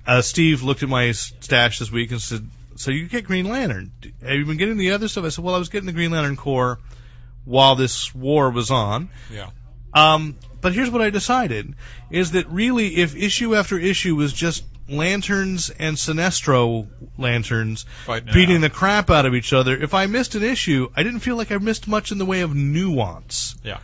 uh, Steve looked at my stash this week and said, "So you get Green Lantern? Have you been getting the other stuff?" I said, "Well, I was getting the Green Lantern Corps." while this war was on.
Yeah.
Um, but here's what I decided: is that really, if issue after issue was just lanterns and Sinestro lanterns
Fighting it
beating
out.
the crap out of each other, if I missed an issue, I didn't feel like I missed much in the way of nuance.
Yeah.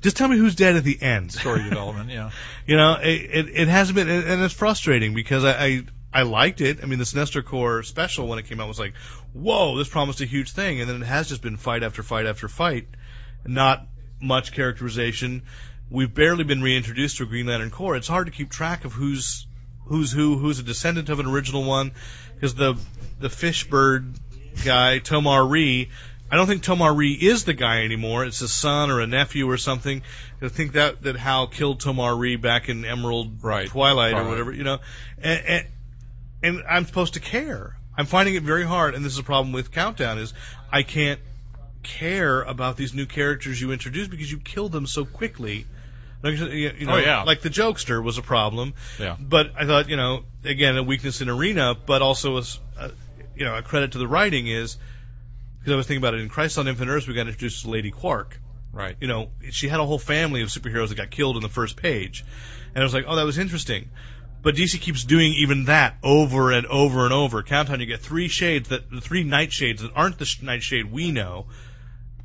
Just tell me who's dead at the end.
story
(laughs)
development. Yeah.
You know, it, it, it hasn't been, and and it's frustrating because I, I, I liked it. I mean, the Sinestro Corps special when it came out was like, whoa, this promised a huge thing. And then it has just been fight after fight after fight. Not much characterization. We've barely been reintroduced to a Green Lantern Corps. It's hard to keep track of who's, who's who, who's a descendant of an original one. Because the, the fish bird guy, Tomar Ree, I don't think Tomar Ree is the guy anymore. It's his son or a nephew or something. I think that that Hal killed Tomar Ree back in Emerald
Right.
Twilight or
Twilight.
whatever, you know. And, and, and I'm supposed to care. I'm finding it very hard, and this is a problem with Countdown is I can't care about these new characters you introduce because you kill them so quickly. Like, you you know,
Oh, yeah.
like the Jokester was a problem.
Yeah.
But I thought, you know, again, a weakness in arena, but also a, s- a- you know, a credit to the writing is because I was thinking about it in Christ on Infinite Earth, we got introduced to Lady Quark.
Right.
You know, she had a whole family of superheroes that got killed in the first page, and I was like, oh, that was interesting. But DC keeps doing even that over and over and over. Count on you get three shades that the three nightshades that aren't the sh- nightshade we know,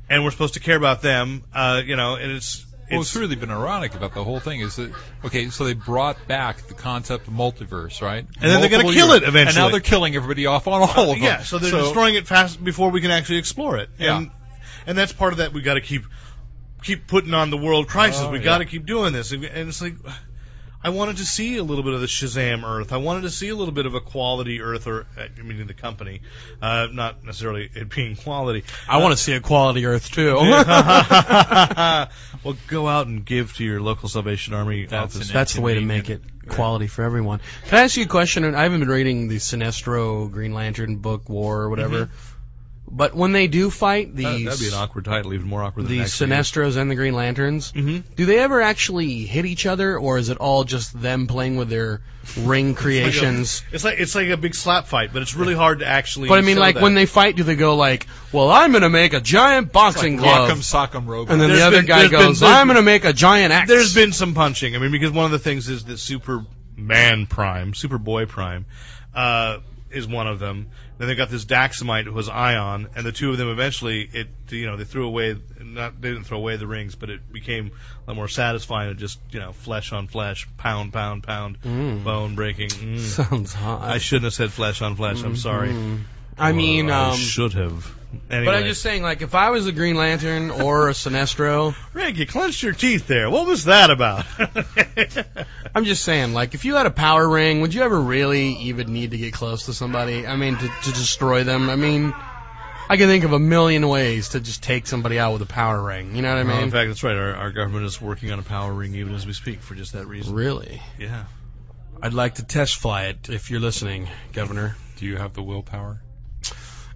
and we're supposed to care about them. Uh, you know, and it's
Well, what's really been ironic about the whole thing is that okay, so they brought back the concept of multiverse, right?
And then they're gonna
Multiple
kill
years.
it eventually. Uh,
And now they're killing everybody off on all of them.
Yeah, so they're destroying it fast before we can actually explore it. And and that's part of that we got to keep keep putting on the world crisis.
Oh,
we
yeah.
got to keep doing this. And and it's like I wanted to see a little bit of the Shazam Earth. I wanted to see a little bit of a quality Earth, or uh, I mean, the company, uh, not necessarily it being
(laughs)
quality. (laughs)
I want to see a quality Earth too. (laughs)
well, go out and give to your local Salvation Army
That's
office.
an
That's the way to make it quality for everyone. Can I ask you a question? And I haven't been reading the Sinestro Green Lantern book, War or whatever. But when they do fight the
Mm-hmm. That, would be an awkward title, even more awkward than
the Sinestros and the Green Lanterns,
hmm
do they ever actually hit each other, or is it all just them playing with their
(laughs)
ring creations?
It's like it's like a big slap fight, but it's really hard to actually.
But I mean,
show
like
that.
when they fight, do they go like, "Well, I'm gonna make a giant boxing glove,"
Rock'em sock'em robot.
and then
There's
the other
been-
guy
there's been-
goes,
there's-
"I'm gonna make a giant axe."
There's been some punching. I mean, because one of the things is that Superman Prime, Superboy Prime, uh, is one of them. Then they got this Daxamite who was Ion, and the two of them eventually it you know they threw away not they didn't throw away the rings, but it became a lot more satisfying to just you know flesh on flesh, pound pound pound,
Mm.
bone breaking.
(laughs)
Mm.
(laughs) sounds hot.
I shouldn't have said flesh on flesh. I'm sorry.
Mm. I mean,
Or I
um,
should have. Anyway.
But I'm just saying, like, if I was a Green Lantern or a Sinestro,
Rick, you clenched your teeth there. What was that
(laughs)
about? (laughs)
I'm just saying, like, if you had a power ring, would you ever really even need to get close to somebody? I mean, to, to destroy them? I mean, I can think of a million ways to just take somebody out with a power ring. You know what I
Well,
mean?
in fact, that's right. Our, our government is working on a power ring even as we speak for just that reason.
really?
Yeah.
I'd like to test fly it if you're listening, Governor.
Do you have the willpower?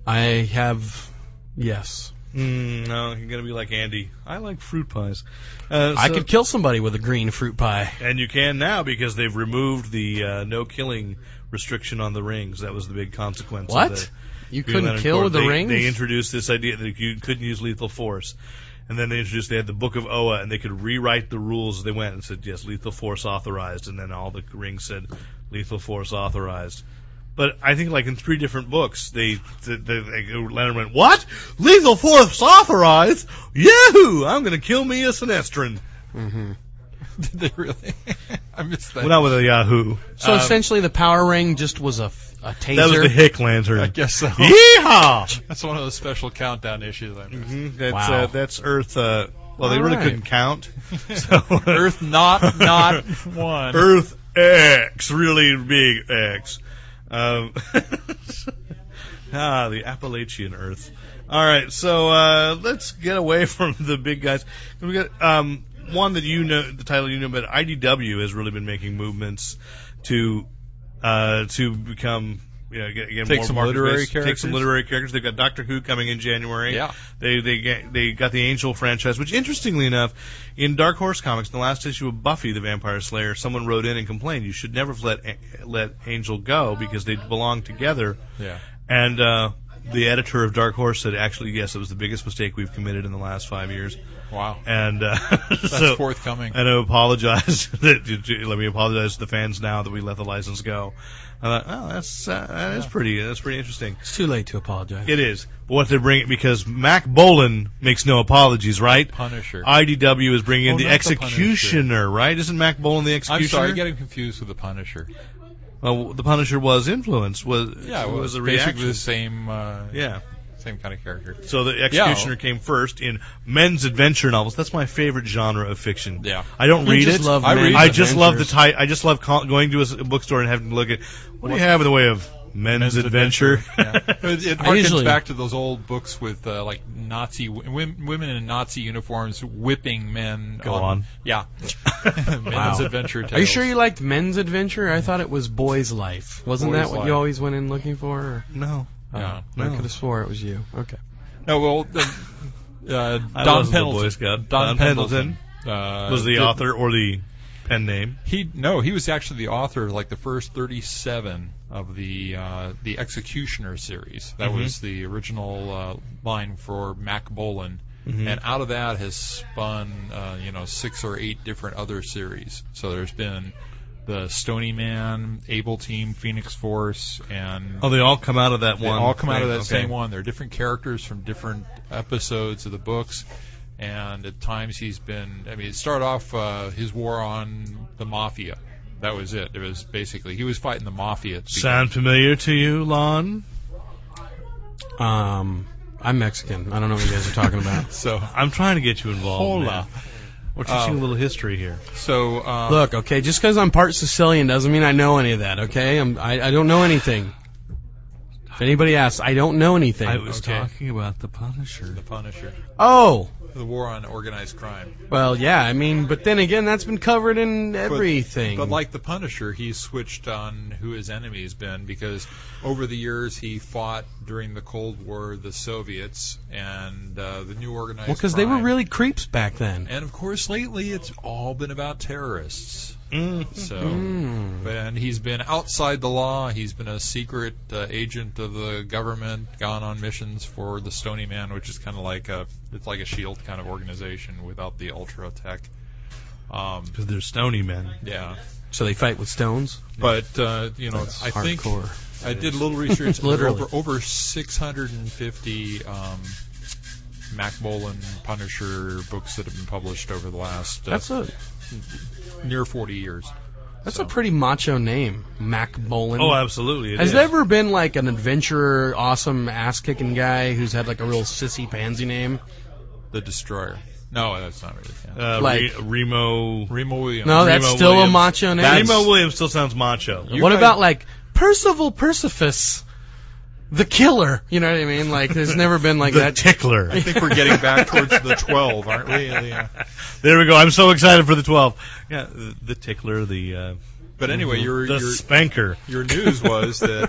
I have, yes.
Mm, no, you're gonna be like Andy. I like fruit pies. Uh,
I
so-
could kill somebody with a green fruit pie.
and you can now because they've removed the uh, no killing restriction on the rings. That was the big consequence. of
What?
the
You
Green
couldn't
Lantern
kill
Corps.
with the
They-
rings?
They introduced this idea that you couldn't use lethal force. And then they introduced, they had the Book of Oa, and they could rewrite the rules as they went and said, yes, lethal force authorized. And then all the rings said, lethal force authorized. But I think, like in three different books, they, they, they, they Leonard went, "What? Lethal force authorized? Yahoo! I'm gonna kill me a Sinestrin."
mm-hmm.
(laughs) Did they really? (laughs) I missed that.
Well, not with a Yahoo.
So
Um,
essentially, the power ring just was a, f- a taser.
that was the Hick Lantern.
I guess so.
Yeehaw!
(laughs) That's one of those special countdown issues I missed.
hmm That's
Wow.
uh, that's Earth. Uh, well, they
All
really
right.
couldn't
(laughs)
count. So uh,
Earth not not
(laughs)
one.
Earth X, really big X. Um, (laughs) ah, the Appalachian Earth. All right, so uh, let's get away (laughs) from the big guys. We got um, one that you know the title you know, but IDW has really been making movements to uh, to become. You know, get, get
Take
more
some
market-based-
literary
Take some
characters.
literary characters. They've got Doctor Who coming in January.
Yeah.
They they get, they got the Angel franchise, which interestingly enough, in Dark Horse Comics, in the last issue of Buffy the Vampire Slayer, someone wrote in and complained you should never let let Angel go because they belong together.
Yeah.
And uh, the editor of Dark Horse said, actually, yes, it was the biggest mistake we've committed in the last five years.
Wow.
And uh, (laughs)
That's
so,
forthcoming.
and I apologize. (laughs) that, to- to- let me apologize to the fans now that we let the license go. I thought, oh, that's uh, that is pretty. That's pretty interesting.
It's too late to apologize.
It is. But what they bring it because Mac Bolan makes no apologies, right?
Punisher.
Uh, IDW is bringing in
Oh,
the
not the Punisher.
Executioner, right? Isn't Mac Bolan the
I'm
Executioner?
sorry, I get him confused with the Punisher.
Well, the Punisher was influenced. Was
Yeah, it was,
was a
basically
reaction.
the same uh,
Yeah.
same kind of character.
So the Executioner came first in men's adventure novels. That's my favorite genre of fiction.
Yeah.
I don't
You
read
just
it.
love
I,
men's
read- I just love the
adventures.
type. I just love call, going to a s- a bookstore and having to look at what, do you have in the way of men's, adventure.
Yeah. (laughs)
(laughs)
It, it
I
harkens
usually-
back to those old books with uh, like Nazi w- women in Nazi uniforms whipping men.
Go on. (laughs)
Yeah. (laughs) Men's
Wow.
adventure. Tales.
Are you sure you liked Men's Adventure? I thought it was Boy's Life. Wasn't
Boy's
that what
Life.
you always went in looking for? Or? Oh,
no,
Yeah.
I
No.
could have swore it was you. Okay.
No. Well, the, uh,
I
Don
wasn't the
Pendleton.
Boy Scout.
Don,
Don
Pendleton. Uh,
was the
did-
author or the pen name?
He no, he was actually the author of like the first 37 of the uh, the Executioner series. That
Mhm.
was the original uh, line for Mac Bolan,
Mm-hmm.
and out of that has spun uh, you know six or eight different other series. So there's been the Stony Man, Able Team, Phoenix Force, and
Oh, they all come out of that
they
one.
all come out of
thing.
that
Okay.
same one. They're different characters from different episodes of the books, and at times he's been. I mean, it started off uh, his war on the mafia. That was it. It was basically he was fighting the mafia. at the
Sound familiar to you, Lon?
Um, I'm Mexican. I don't know what you guys are talking
(laughs)
(laughs)
about.
beginning. So
I'm trying to get you involved.
Hola.
man. We're teaching
Um,
a little history here.
so uh,
Look, okay, just because I'm part Sicilian doesn't mean I know any of that, okay? I'm, I, I don't know anything. If anybody asks, I don't know anything.
I was
okay.
talking about the Punisher.
the Punisher,
oh,
the war on organized crime.
well, yeah, I mean, but then again, that's been covered in everything.
But like the Punisher, he's switched on who his enemy has been because over the years he fought during the Cold War the Soviets and uh, the new organized.
well, because they were
crime.
really creeps back then.
And of course, lately it's all been about terrorists.
Mm.
So,
Mm.
and he's been outside the law. He's been a secret uh, agent of the government, gone on missions for the Stony Man, which is kind of like a it's like a Shield kind of organization without the ultra tech. Um,
Because they're stony men.
yeah,
So they fight with stones.
but uh, you know, I think
Hardcore.
I did a little research. There were
(laughs) Literally.
over, over 650 um, Mac Bolan Punisher books that have been published over the last uh,
That's a
near 40 years.
that's
So-
a pretty macho name, Mac Bolan.
Oh, absolutely. it
Has
is.
there ever been like an adventurer, awesome ass kicking guy who's had like a real sissy pansy name?
The Destroyer. No, that's not really. Yeah.
uh,
like-
Re- Remo?
Remo Williams.
No, that's
Remo
still a
Williams.
macho name.
Remo Williams still sounds macho.
what
guys-
about like Percival Persifice, the killer? You know what I mean? Like there's never been like
the
that.
tickler.
I think we're getting back towards the 12, aren't we? Yeah.
there we go. I'm so excited for the 12. Yeah, the, the tickler, the uh,
But anyway,
Mm-hmm.
your
the
your
spanker.
your news was that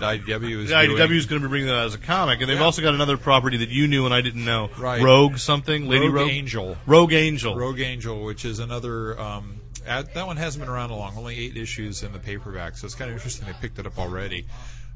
(laughs)
IDW is
The IDW is going to
doing
be bringing that out as a comic, and they've
Yeah.
also got another property that you knew and I didn't know.
Right.
Rogue something, Lady
Rogue
Rogue,
Angel.
Rogue Angel.
Rogue Angel, which is another. Um, ad, that one hasn't been around long. Only eight issues in the paperback, so it's kind of interesting they picked it up already.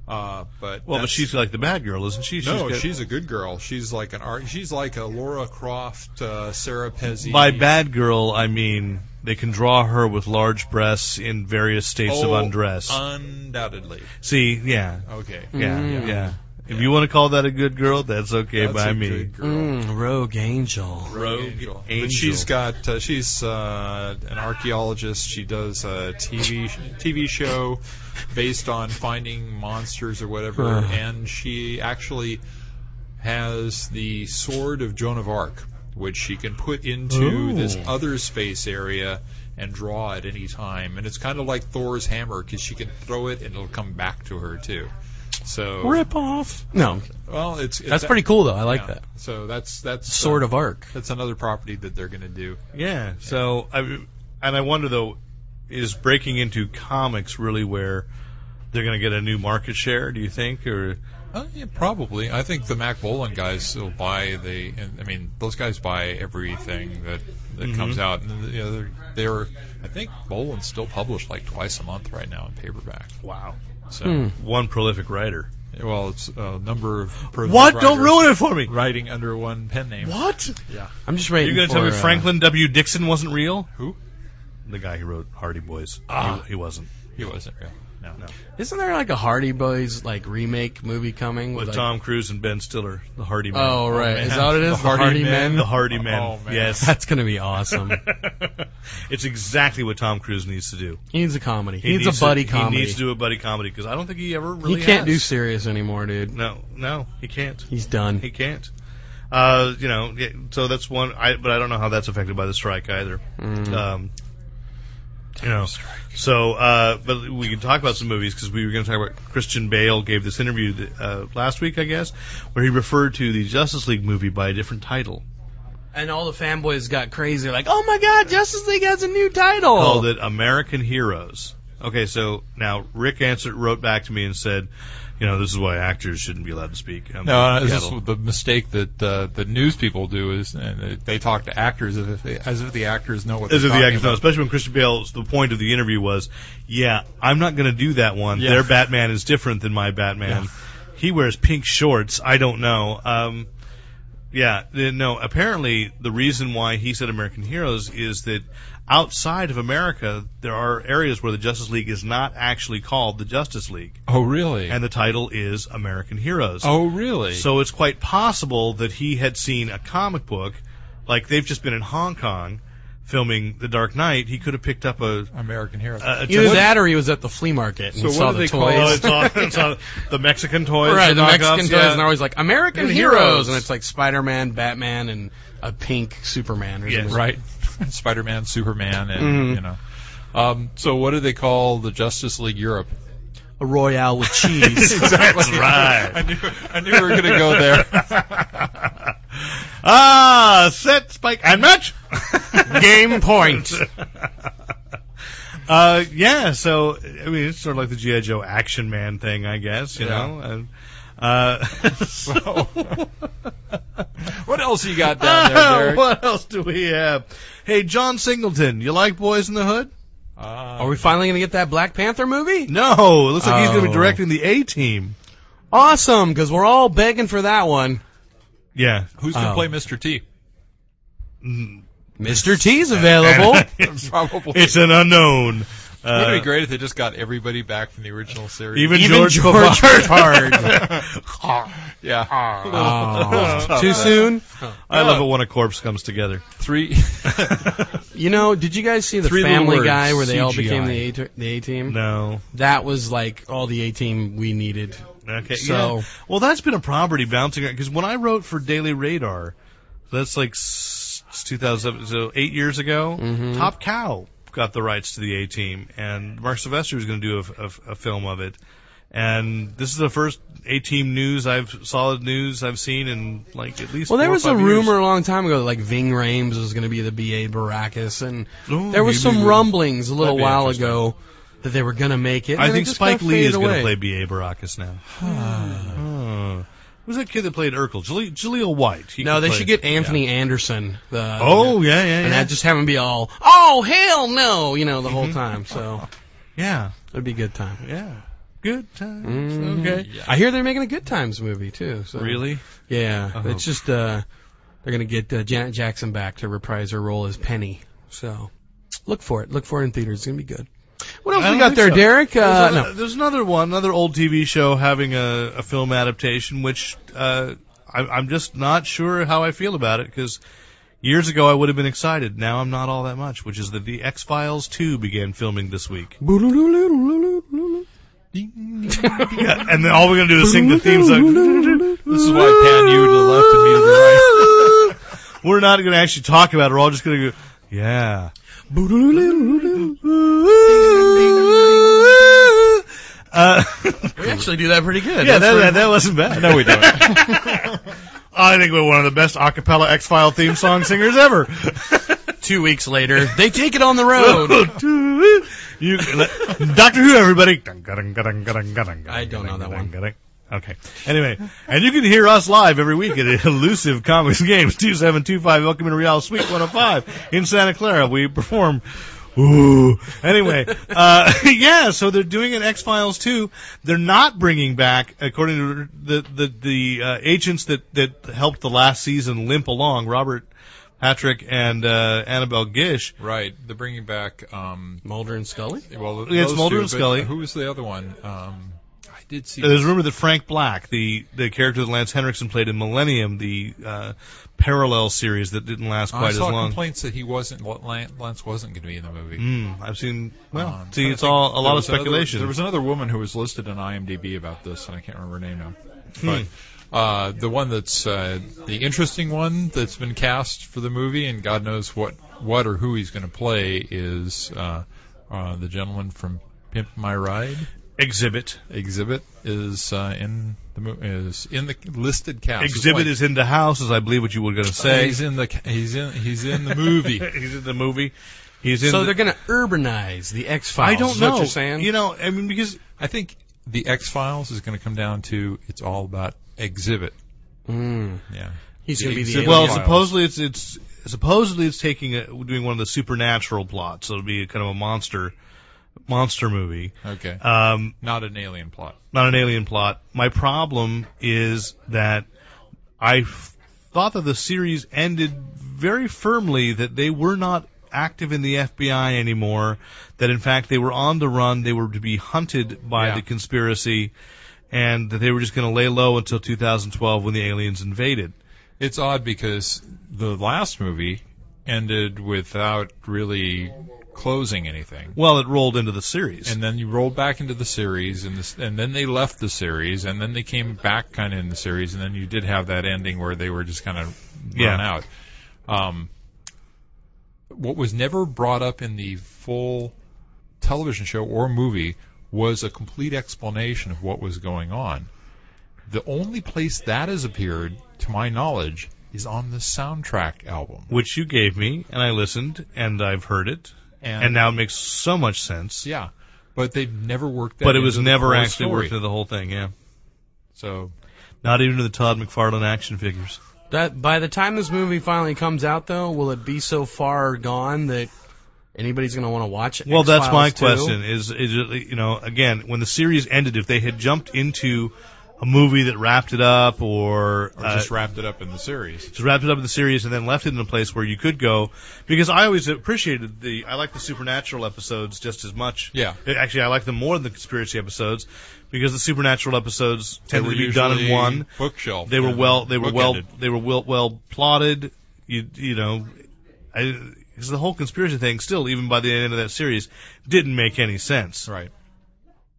Uh,
Well,
but
but
that's-
she's like the bad girl, isn't she?
no,
got-
she's, a good girl. She's like an art. She's like a Laura Croft, uh, Sarah Pezzi.
By bad girl, I mean they can draw her with large breasts in various states
Oh,
of undress.
Undoubtedly.
See, yeah,
Okay.
yeah,
Mm.
yeah. If you want to call that a good girl, that's okay
That's
by
a
me.
good
(laughs)
girl.
Mm, rogue angel.
Rogue
Angel.
Angel.
Angel.
But she's got uh, she's uh, an archaeologist. She does a TV sh- TV show based on finding monsters or whatever,
Huh.
and she actually has the sword of Joan of Arc, which she can put into
Ooh.
this other space area and draw at any time. And it's kind of like Thor's hammer because she can throw it and it'll come back to her too. So
Rip off. No,
well, it's, it's
that's pretty cool though. I like
yeah.
that.
So that's that's
Sword
uh,
of Arc.
that's another property that they're going to do.
Yeah. So I and I wonder though, is breaking into comics really where they're going to get a new market share? Do you think? Or
Uh, yeah, probably. I think the Mac Bolan guys will buy the. and, I mean, those guys buy everything that that
Mhm.
comes out, and you know, they're, they're. I think Bolan's still published like twice a month right now in paperback.
wow,
So
Hmm.
one prolific writer.
Well, it's a number of prolific
What? Don't
writers
ruin it for me.
Writing under one pen name.
What?
I'm just waiting.
You're going to tell me
for, uh,
Franklin W. Dixon wasn't real?
Who?
The guy who wrote Hardy Boys.
Ah.
He, he wasn't.
He wasn't real. No.
No.
Isn't there like a Hardy Boys like remake movie coming
With
like-
Tom Cruise and Ben Stiller, the Hardy Man.
Oh right, is that what it is? The Hardy, Men.
The Hardy Men.
Oh, man.
Yes.
(laughs) That's gonna be awesome.
(laughs) it's exactly what Tom Cruise needs to do.
he needs a comedy. He,
He
needs,
needs
a buddy
to,
comedy.
He needs to do a buddy comedy because I don't think he ever
He
really.
can't do
has.
serious anymore, dude.
No, no, he can't.
He's done.
He can't. Uh, you know, yeah, so that's one. I but I don't know how that's affected by the strike either.
Mm.
Um, you know, so uh, but we can talk about some movies because we were going to talk about Christian Bale gave this interview th- uh, last week, I guess, where he referred to the Justice League movie by a different title,
and all the fanboys got crazy, like, "Oh my God, Justice League has a new title!"
called it American Heroes. Okay, so now Rick answered, wrote back to me and said, you know, this is why actors shouldn't be allowed to speak. Um,
No, this
Seattle.
is the mistake that uh, the news people do is uh, they- they talk to actors as if, they, as if the actors know what
As
they're
if the
talking
actors know,
about.
especially when Christian Bale, the point of the interview was, yeah, I'm not going to do that one.
Yeah.
Their Batman is different than my Batman.
Yeah.
He wears pink shorts. I don't know. Um, yeah, th- no, apparently the reason why he said American Heroes is that outside of America, there are areas where the Justice League is not actually called the Justice League,
Oh, really?
and the title is American Heroes.
oh, really?
So it's quite possible that he had seen a comic book, like they've just been in Hong Kong filming The Dark Knight. He could have picked up a.
American Hero.
a, a
Either that or he was at the flea market and
So what
saw
do
the
they call
Oh,
toys.
it's all, it's all the Mexican toys.
(laughs) right, the
knockups,
Mexican toys,
yeah.
and
(laughs)
they're always like American
Good
heroes.
heroes.
and it's like Spider-Man, Batman, and a pink Superman. Or
Yes.
something.
right? (laughs) Spider-Man, Superman, and
Mhm.
you know. Um, so what do they call the Justice League Europe? (laughs)
a Royale (laughs) with cheese.
That's (laughs) right.
I knew I knew we were going
(laughs)
to go there.
ah, set, spike, and match. (laughs)
Game point.
uh, yeah, so I mean, it's sort of like the GI Joe Action Man thing, I guess. You
Yeah.
know. And, uh, (laughs) so-
what else you got down there,
Ah, (laughs)
Derek?
what else do we have? Hey, John Singleton, you like Boys in the Hood?
Ah.
Are we finally gonna get that Black Panther movie?
No, it looks like he's going to
Oh.
be directing the A Team.
Awesome, because we're all begging for that one.
Yeah,
Who's going to
Oh.
play Mr.
(laughs)
T?
Mr.
(laughs)
T's available.
it's,
Probably.
(laughs) it's an unknown. Uh,
Wouldn't it be great if they just got everybody back from the original series?
Even,
Even
George,
George
Papard. (laughs)
yeah.
Ah. Oh, too soon.
I love it when a corpse comes together.
(laughs) Three. (laughs)
You know, did you guys see the
Three little
Family
words,
Guy where they all
CGI.
became the A ter- the A team?
No.
That was like all the A team we needed.
Okay.
So-
yeah. Well, that's been a property bouncing because when I wrote for Daily Radar, that's like s- 2007, so eight years ago,
Mhm.
Top Cow got the rights to the A Team, and Mark Silvestri was going to do a, a- a film of it. And this is the first A Team news I've solid news I've seen in like at least.
Well, there
four or
was a
five years.
rumor a long time ago that like Ving Rhames was going to be the BA Baracus, and
Oh,
there was
maybe
some
we-
rumblings a
That'd
little
be
while
interesting.
ago that they were going to make it. and
I
then it
think
just
Spike
kinda
Lee
faded
is going to
away.
play B.A. Baracus
(sighs)
now. Huh. Who's that kid that played Urkel? Jaleel, Jaleel White. He
No,
could
they
play-
should get
yeah.
Anthony Anderson. The,
Oh yeah, yeah,
and
yeah. Mm-hmm.
that just have him be all, oh hell no, you know, the whole time. So
yeah,
it'd be a good time.
yeah. Good times.
Mm.
Okay.
I hear they're making a Good Times movie too. So.
Really?
Yeah,
Oh.
it's just uh, they're gonna get uh, Janet Jackson back to reprise her role as Penny. So look for it. Look for it in theaters. It's gonna be good. What
I
else we
don't
got
think
there,
so.
Derek? Uh,
there's,
no.
a- there's another one, another old TV show having a, a film adaptation, which uh, I, I'm just not sure how I feel about it because years ago I would have been excited. Now I'm not all that much. Which is that the X Files 2 began filming this week. Yeah, and then all we're gonna do is sing the theme song.
This is why I pan you to the left and me to the right.
We're not gonna actually talk about it. We're all just gonna go, yeah. Uh,
We actually do that pretty good.
yeah,
That's
that,
pretty-
that, that wasn't bad.
No, we don't.
(laughs) I think we're one of the best a cappella X File theme song singers ever.
two weeks
(laughs)
later, they take it on the
Oh,
road.
you, Doctor Who, everybody.
I don't know that one.
Okay. Anyway, and you can hear us live every week at Elusive oh Comics Games, 2725 El Camino Real Suite 105 in Santa Clara. We perform Ooh. Anyway, uh, (laughs) yeah. So they're doing an X Files too. They're not bringing back, according to the the the uh, agents that that helped the last season limp along, Robert Patrick and uh, Annabelle Gish.
Right. They're bringing back. Um,
Mulder and Scully.
well,
Yeah, it's
those
Mulder
two,
and
but
Scully.
Who was the other one? Um, I did see.
There's a rumor that Frank Black, the the character that Lance Henriksen played in Millennium, the uh, parallel series that didn't last
I
quite as
saw
long.
complaints that he wasn't. Lan- Lance wasn't going to be in the movie.
Mm, I've seen. Well,
Um,
see,
I
it's
think
all a
there
lot of
was another-
speculation.
there was another woman who was listed on IMDb about this, and I can't remember her name now.
Hmm.
But uh, the one that's uh, the interesting one that's been cast for the movie, and God knows what what or who he's going to play is uh, uh, the gentleman from Pimp My Ride
exhibit.
exhibit is uh, in the mo- is in the listed cast. It's
exhibit
like-
is in the house, as I believe what you were going to say.
he's in the ca- he's in he's in the
(laughs)
movie.
he's in the movie. He's in.
So
the-
they're going to urbanize the X Files.
I don't
What
know.
you're saying?
You know, I mean, because
I think the X Files is going to come down to it's all about exhibit.
Mm.
Yeah.
He's going to be the alien.
Exhibit-
well,
Files.
supposedly it's it's supposedly it's taking a, doing one of the supernatural plots, so it'll be kind of a monster monster movie.
Okay.
Um,
Not an alien plot.
not an alien plot. My problem is that I f- thought that the series ended very firmly that they were not active in the FBI anymore, that in fact they were on the run, they were to be hunted by
Yeah.
the conspiracy, and that they were just going to lay low until 2012 when the aliens invaded.
It's odd because the last movie ended without really closing anything.
Well, it rolled into the series.
And then you rolled back into the series, and this, and then they left the series, and then they came back kind of in the series, and then you did have that ending where they were just kind of
Yeah.
run out. Um, what was never brought up in the full television show or movie was a complete explanation of what was going on. The only place that has appeared, to my knowledge, is on the soundtrack album.
which you gave me, and I listened, and I've heard it, and now it makes so much sense.
yeah, but they've never worked. That
but it was
into the
never
whole
actually
story.
worked into the whole thing, yeah.
So
Not even to the Todd McFarlane action figures.
That by the time this movie finally comes out, though, will it be so far gone that anybody's going to want to watch it?
Well, that's my
X-Files 2?
question. Is is it, you know again when the series ended, if they had jumped into a movie that wrapped it up, or,
or
uh,
just wrapped it up in the series.
just wrapped it up in the series and then left it in a place where you could go, because I always appreciated the I like the supernatural episodes just as much.
Yeah.
actually, I like them more than the conspiracy episodes because the supernatural episodes
They
tended
were
to be done in
usually
one.
bookshelf.
They were
and
well. They were well.
bookended.
They were well, well plotted. You you know, because the whole conspiracy thing still, even by the end of that series, didn't make any sense.
Right.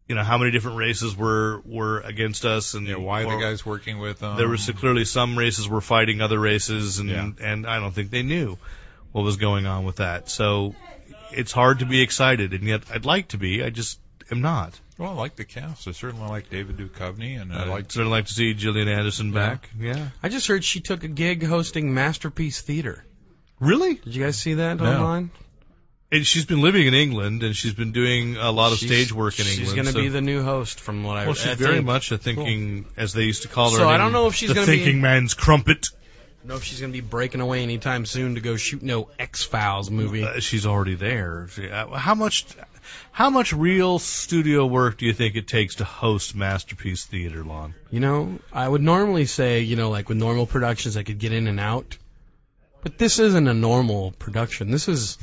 You know how many different races were were against us, and
Yeah. Why
or-
the guys working with um,
There was clearly some races were fighting other races, and
Yeah.
and I don't think they knew what was going on with that. So it's hard to be excited, and yet I'd like to be. I just am not.
Well, I like the cast. I certainly like David Duchovny, and uh, I
I'd
like
certainly like to see Gillian Anderson back. yeah.
I just heard she took a gig hosting Masterpiece Theater.
Really?
Did you guys see that
No.
online?
And she's been living in England, and she's been doing a lot of
She's-
stage work in England.
She's going to
so-
be the new host, from what I
well, she's
I
very
think.
much a thinking, as they used to call her.
So
in
I don't
England,
know if she's
the
gonna be-
thinking man's crumpet.
I don't know if she's going to be breaking away anytime soon to go shoot no X Files movie.
Uh, she's already there. She- uh, How much, how much real studio work do you think it takes to host Masterpiece Theater? Long.
You know, I would normally say, you know, like with normal productions, I could get in and out. But this isn't a normal production. This is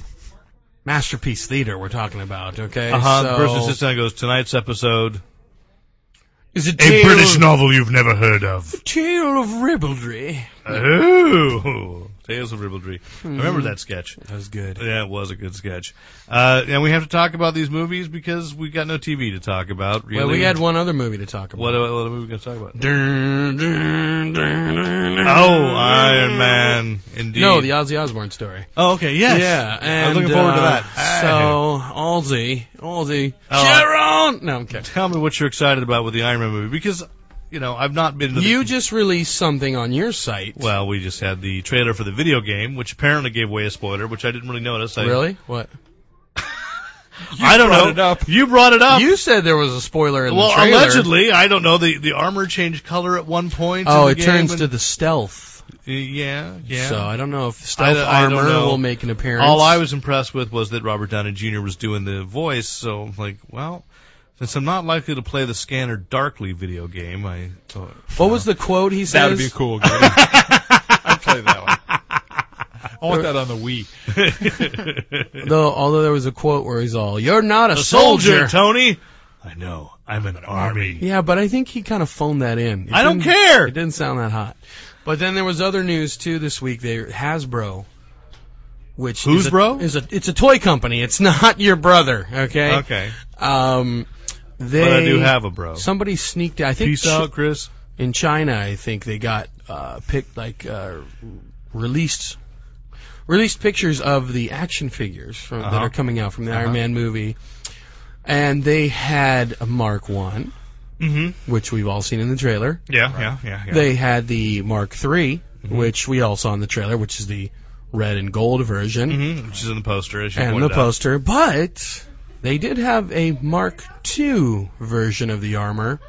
masterpiece theater we're talking about, okay?
Uh huh. the
So-
person sits down and goes, "Tonight's episode,
is it
a
tale
British
of,
novel you've never heard of."
tale of ribaldry.
Oh, Tales of Ribaldry.
Hmm.
I remember that sketch.
That was good.
Yeah, it was a good sketch. Uh, and we have to talk about these movies because we got no TV to talk about. Really.
Well, we had one other movie to talk about.
What, what, what are we going to talk about?
Dun, dun, dun, dun, dun.
Oh, Iron Man. Indeed.
No, the Ozzy Osbourne story.
oh, okay, yes.
Yeah, and
I'm looking forward to
uh,
that. Ah.
So, Alzi, Alzi,
Oh.
Sharon. No, I'm kidding.
Tell me what you're excited about with the Iron Man movie because, you know, I've not been to the.
(laughs) You just released something on your site.
well, we just had the trailer for the video game, which apparently gave away a spoiler, which I didn't really notice. I,
really? What?
I don't
brought
know.
it up.
You brought it up.
You said there was a spoiler in
well,
the trailer.
allegedly, I don't know. The the armor changed color at one point.
Oh,
in
it
the game
turns
and-
to the stealth
Yeah, yeah.
So I don't know if stealth
I don't
armor
know.
will make an appearance.
All I was impressed with was that Robert Downey Jr. was doing the voice, so I'm like, well, since I'm not likely to play the Scanner Darkly video game, I thought.
(laughs) What was the quote he
That
says?
would be cool. (laughs) game. I'd play that one. I want that on the Wii.
Though, although there was a quote where he's all, "You're not a,
Soldier, Tony! I know, I'm an army.
Yeah, but I think he kind of phoned that in. It
I don't
didn't-
care!
It didn't sound that hot. But then there was other news too this week. They Hasbro, which
Who's
is a,
bro?
is a it's a toy company. It's not your brother. Okay.
Okay.
Um, they
But I do have a bro.
somebody sneaked. I think
Peace
Chi-
out, Chris.
in China. I think they got uh, picked like uh, released released pictures of the action figures from, that
Uh-huh.
are coming out from the
Uh-huh.
Iron Man movie, and they had a Mark One,
Mm-hmm.
which we've all seen in the trailer.
Yeah, yeah, yeah, Mm-hmm. yeah.
They had the Mark III, which we all saw in the trailer, which is the red and gold version
hmm Which is in the poster, as you
and the
pointed out.
poster. But they did have a Mark II version of the armor,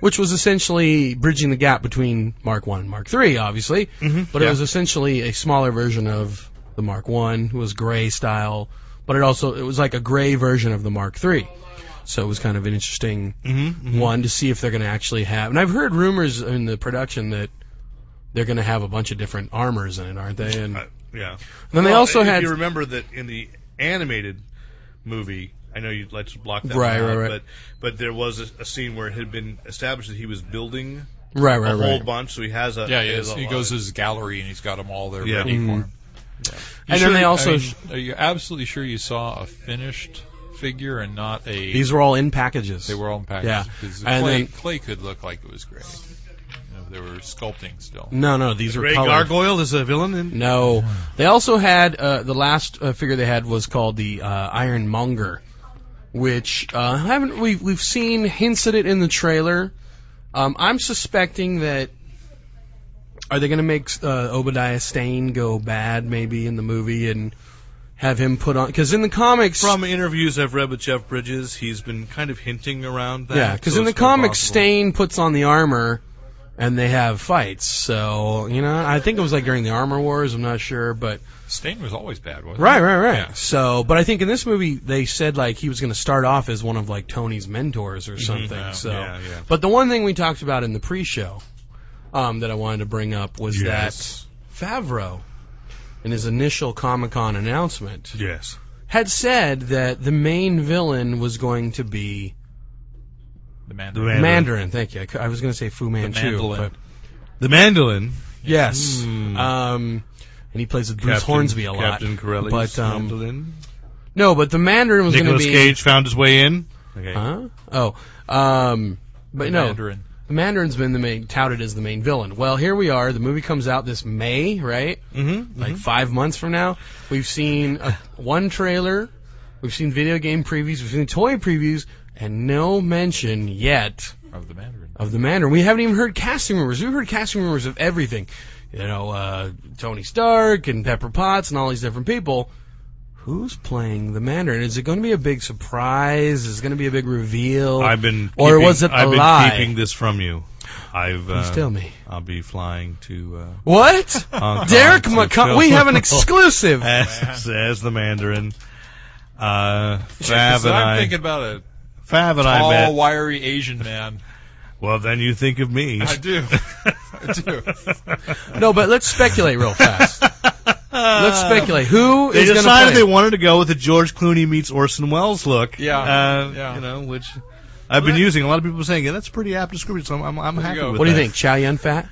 which was essentially bridging the gap between Mark One and Mark III, obviously.
Mhm,
But
yeah.
it was essentially a smaller version of the Mark One, who was gray style. But it also it was like a gray version of the Mark III. So it was kind of an interesting
Mm-hmm,
one to see if they're going to actually have. And I've heard rumors in the production that they're going to have a bunch of different armors in it, aren't they? And,
Uh, yeah.
then they
Well,
also
if
had
You remember that in the animated movie, I know you'd like to block that
Right,
one out,
right, right.
but but there was a, a scene where it had been established that he was building
right, right,
a
right.
whole bunch, so he has a
Yeah,
he
yeah.
has
so
a
He
lot
goes
of-
to his gallery and he's got them all there
Yeah.
ready for
Mhm.
him. You
And then they
I
also
mean,
sh-
are you absolutely sure you saw a finished figure and not a?
These were all in packages.
they were all in packages.
Yeah.
'cause the
And
clay,
then-
clay could look like it was gray. You know, they were sculpting still.
no, no, these were
Ray
colored.
Gargoyle is a villain in
no, they also had uh, the last uh, figure they had was called the uh, Iron Monger, which uh, haven't we've we've seen hints at it in the trailer. Um, I'm suspecting that are they going to make uh, Obadiah Stane go bad maybe in the movie and have him put on because in the comics
from interviews I've read with Jeff Bridges, he's been kind of hinting around that.
Yeah, because
so
in the
it's quite
comics,
possible.
Stain puts on the armor and they have fights. So, you know, I think it was like during the Armor Wars, I'm not sure, but.
Stain was always bad, wasn't
Right, right, right.
Yeah.
So, but I think in this movie, they said like he was going to start off as one of like Tony's mentors or something.
yeah,
so,
Mm-hmm. yeah, yeah.
but the one thing we talked about in the pre show um, that I wanted to bring up was
Yes.
that Favreau, in his initial Comic Con announcement,
Yes.
had said that the main villain was going to be
The man.
The man- Mandarin.
Mandarin. Thank you. I cou- I was going to say Fu Manchu.
mandolin.
but-
The Mandolin.
Yes.
Mm.
Um, and he plays with Bruce
Captain-
Hornsby a lot.
Captain Corelli's
But, um,
Mandolin.
No, but the Mandarin was going to
Nicolas
be.
Cage found his way in. Okay.
Huh? Oh. Um, but no,
Mandarin.
the Mandarin's been the main touted as the main villain. Well, here we are. The movie comes out this May, right?
Mm-hmm.
Like five months from now. We've seen uh (laughs) one trailer. We've seen video game previews. We've seen toy previews, and no mention yet
Of the Mandarin.
of the Mandarin. We haven't even heard casting rumors. We've heard casting rumors of everything. You know, uh, Tony Stark and Pepper Potts and all these different people. Who's playing the Mandarin? Is it going to be a big surprise? Is it going to be a big reveal?
Mm-hmm. I've been
Or
keeping,
was it a
I've been
lie?
keeping this from you. I've
Please
uh,
tell me.
I'll be flying to uh,
(laughs)
(laughs)
What?
Hong Kong
Derek
to
McConnell.
film- (laughs)
We have an exclusive. Oh,
as, as the Mandarin. Uh, Fab
'Cause
and
I'm
I,
thinking about a
Fab and I
tall,
met.
wiry Asian man.
Well, then you think of me.
(laughs)
I do. I do.
No, but let's speculate real fast.
(laughs)
Let's speculate. Who
Uh, They
is going to
decided
play?
they wanted to go with the George Clooney meets Orson Welles look.
Yeah,
Uh,
yeah.
You know, which I've been
that-
using. A lot of people are saying, yeah, that's a pretty apt description, so I'm, I'm, I'm
There you
happy
go.
with
what do you
that.
think? Chow Yun Fat?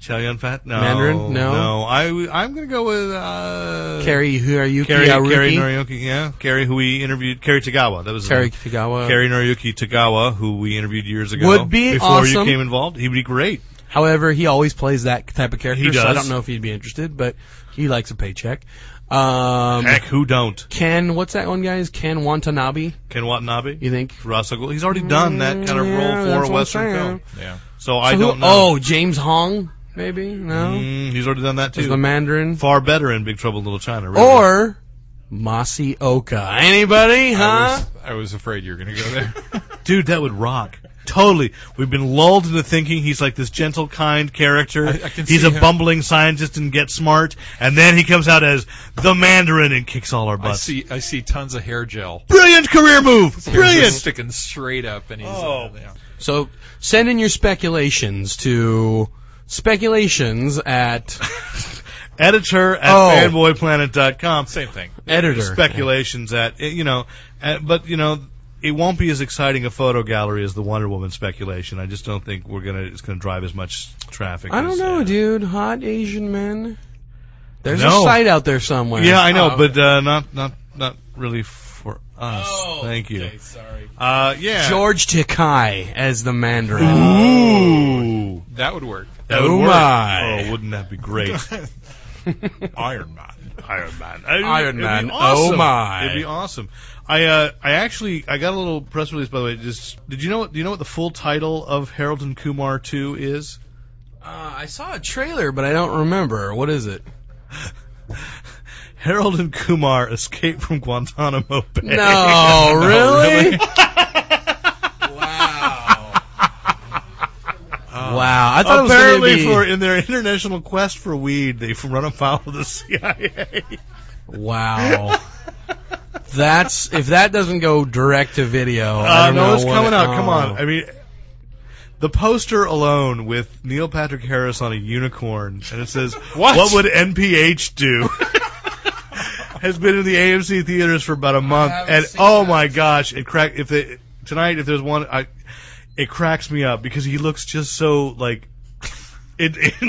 Chow Yun Fat? No.
Mandarin? No.
No. I, I'm going to go with. Uh,
Carrie, who are you?
Carrie,
Kiaruki?
Carrie Noriyuki, yeah. Carrie, who we interviewed. Carrie Tagawa. That was his
Carrie
name.
Tagawa.
Carrie Noriyuki Tagawa, who we interviewed years ago.
Would be
Before you
awesome.
came involved. He'd be great.
However, he always plays that type of character,
He
so I
does.
don't know if he'd be interested, but he likes a paycheck. Um,
Heck, who don't?
Ken, what's that one guy's? Ken Watanabe,
Ken Watanabe?
you think?
Russell Gould. He's already done that kind of
Mm, yeah,
role
that's
for a
what I'm
Western
saying.
film.
Yeah.
So, I
So who-
don't know.
Oh, James Hong, maybe? No?
Mm, he's already done that
Is
too.
the Mandarin?
Far better in Big Trouble in Little China. Really.
Or Masioka. Anybody,
I
huh? (laughs)
was, I was afraid you were going to go there.
dude, that would rock. Totally. We've been lulled into thinking he's like this gentle, kind character.
I- I can
he's
see
a
him.
bumbling scientist and get smart, and then he comes out as the Mandarin and kicks all our
I
butts.
see. I see tons of hair gel.
Brilliant career move.
Hair just (laughs)
Brilliant.
Sticking straight up, and he's.
Oh.
Uh, yeah.
So send in your speculations to
(laughs)
speculations at
Editor at
Oh.
fanboyplanet.com.
Same thing.
editor.
Speculations at you know, uh, but you know. It won't be as exciting a photo gallery as the Wonder Woman speculation. I just don't think we're gonna it's gonna drive as much traffic.
I
as,
don't know,
uh,
dude. Hot Asian men. There's
No.
a site out there somewhere.
Yeah, I know,
Oh,
but uh, not not not really for us.
Oh,
Thank you.
sorry.
Uh, yeah.
George Takai as the Mandarin.
Ooh.
That would work.
That would
Oh
work.
my.
Oh, wouldn't that be
(laughs)
great?
Iron Man.
Iron Man.
Iron
It'd be
Man. Oh
awesome.
my.
It'd be awesome. I uh, I actually I got a little press release by the way. Just did you know what do you know what the full title of Harold and Kumar 2 is? (laughs)
Uh, I saw a trailer, but I don't remember. What is it?
Harold and Kumar Escape from Guantanamo Bay.
(laughs)
(laughs)
No, really?
really?
wow. wow. I thought
Oh. Apparently,
it was
for
gonna be,
in their international quest for weed, they've run afoul of the (laughs) CIA. (laughs)
Wow. That's if that doesn't go direct to video. Oh, I
Uh,
don't
no,
know
it's
what
coming
it-
out. Come on.
oh.
I mean, the poster alone with Neil Patrick Harris on a unicorn, and it
(laughs)
says,
What?
would NPH do?" (laughs) has been in the AMC theaters for about a month,
haven't
and
seen
oh
that.
my gosh, it crack. If they, tonight, if there's one, I, it cracks me up because he looks just so like. It, (laughs) it's,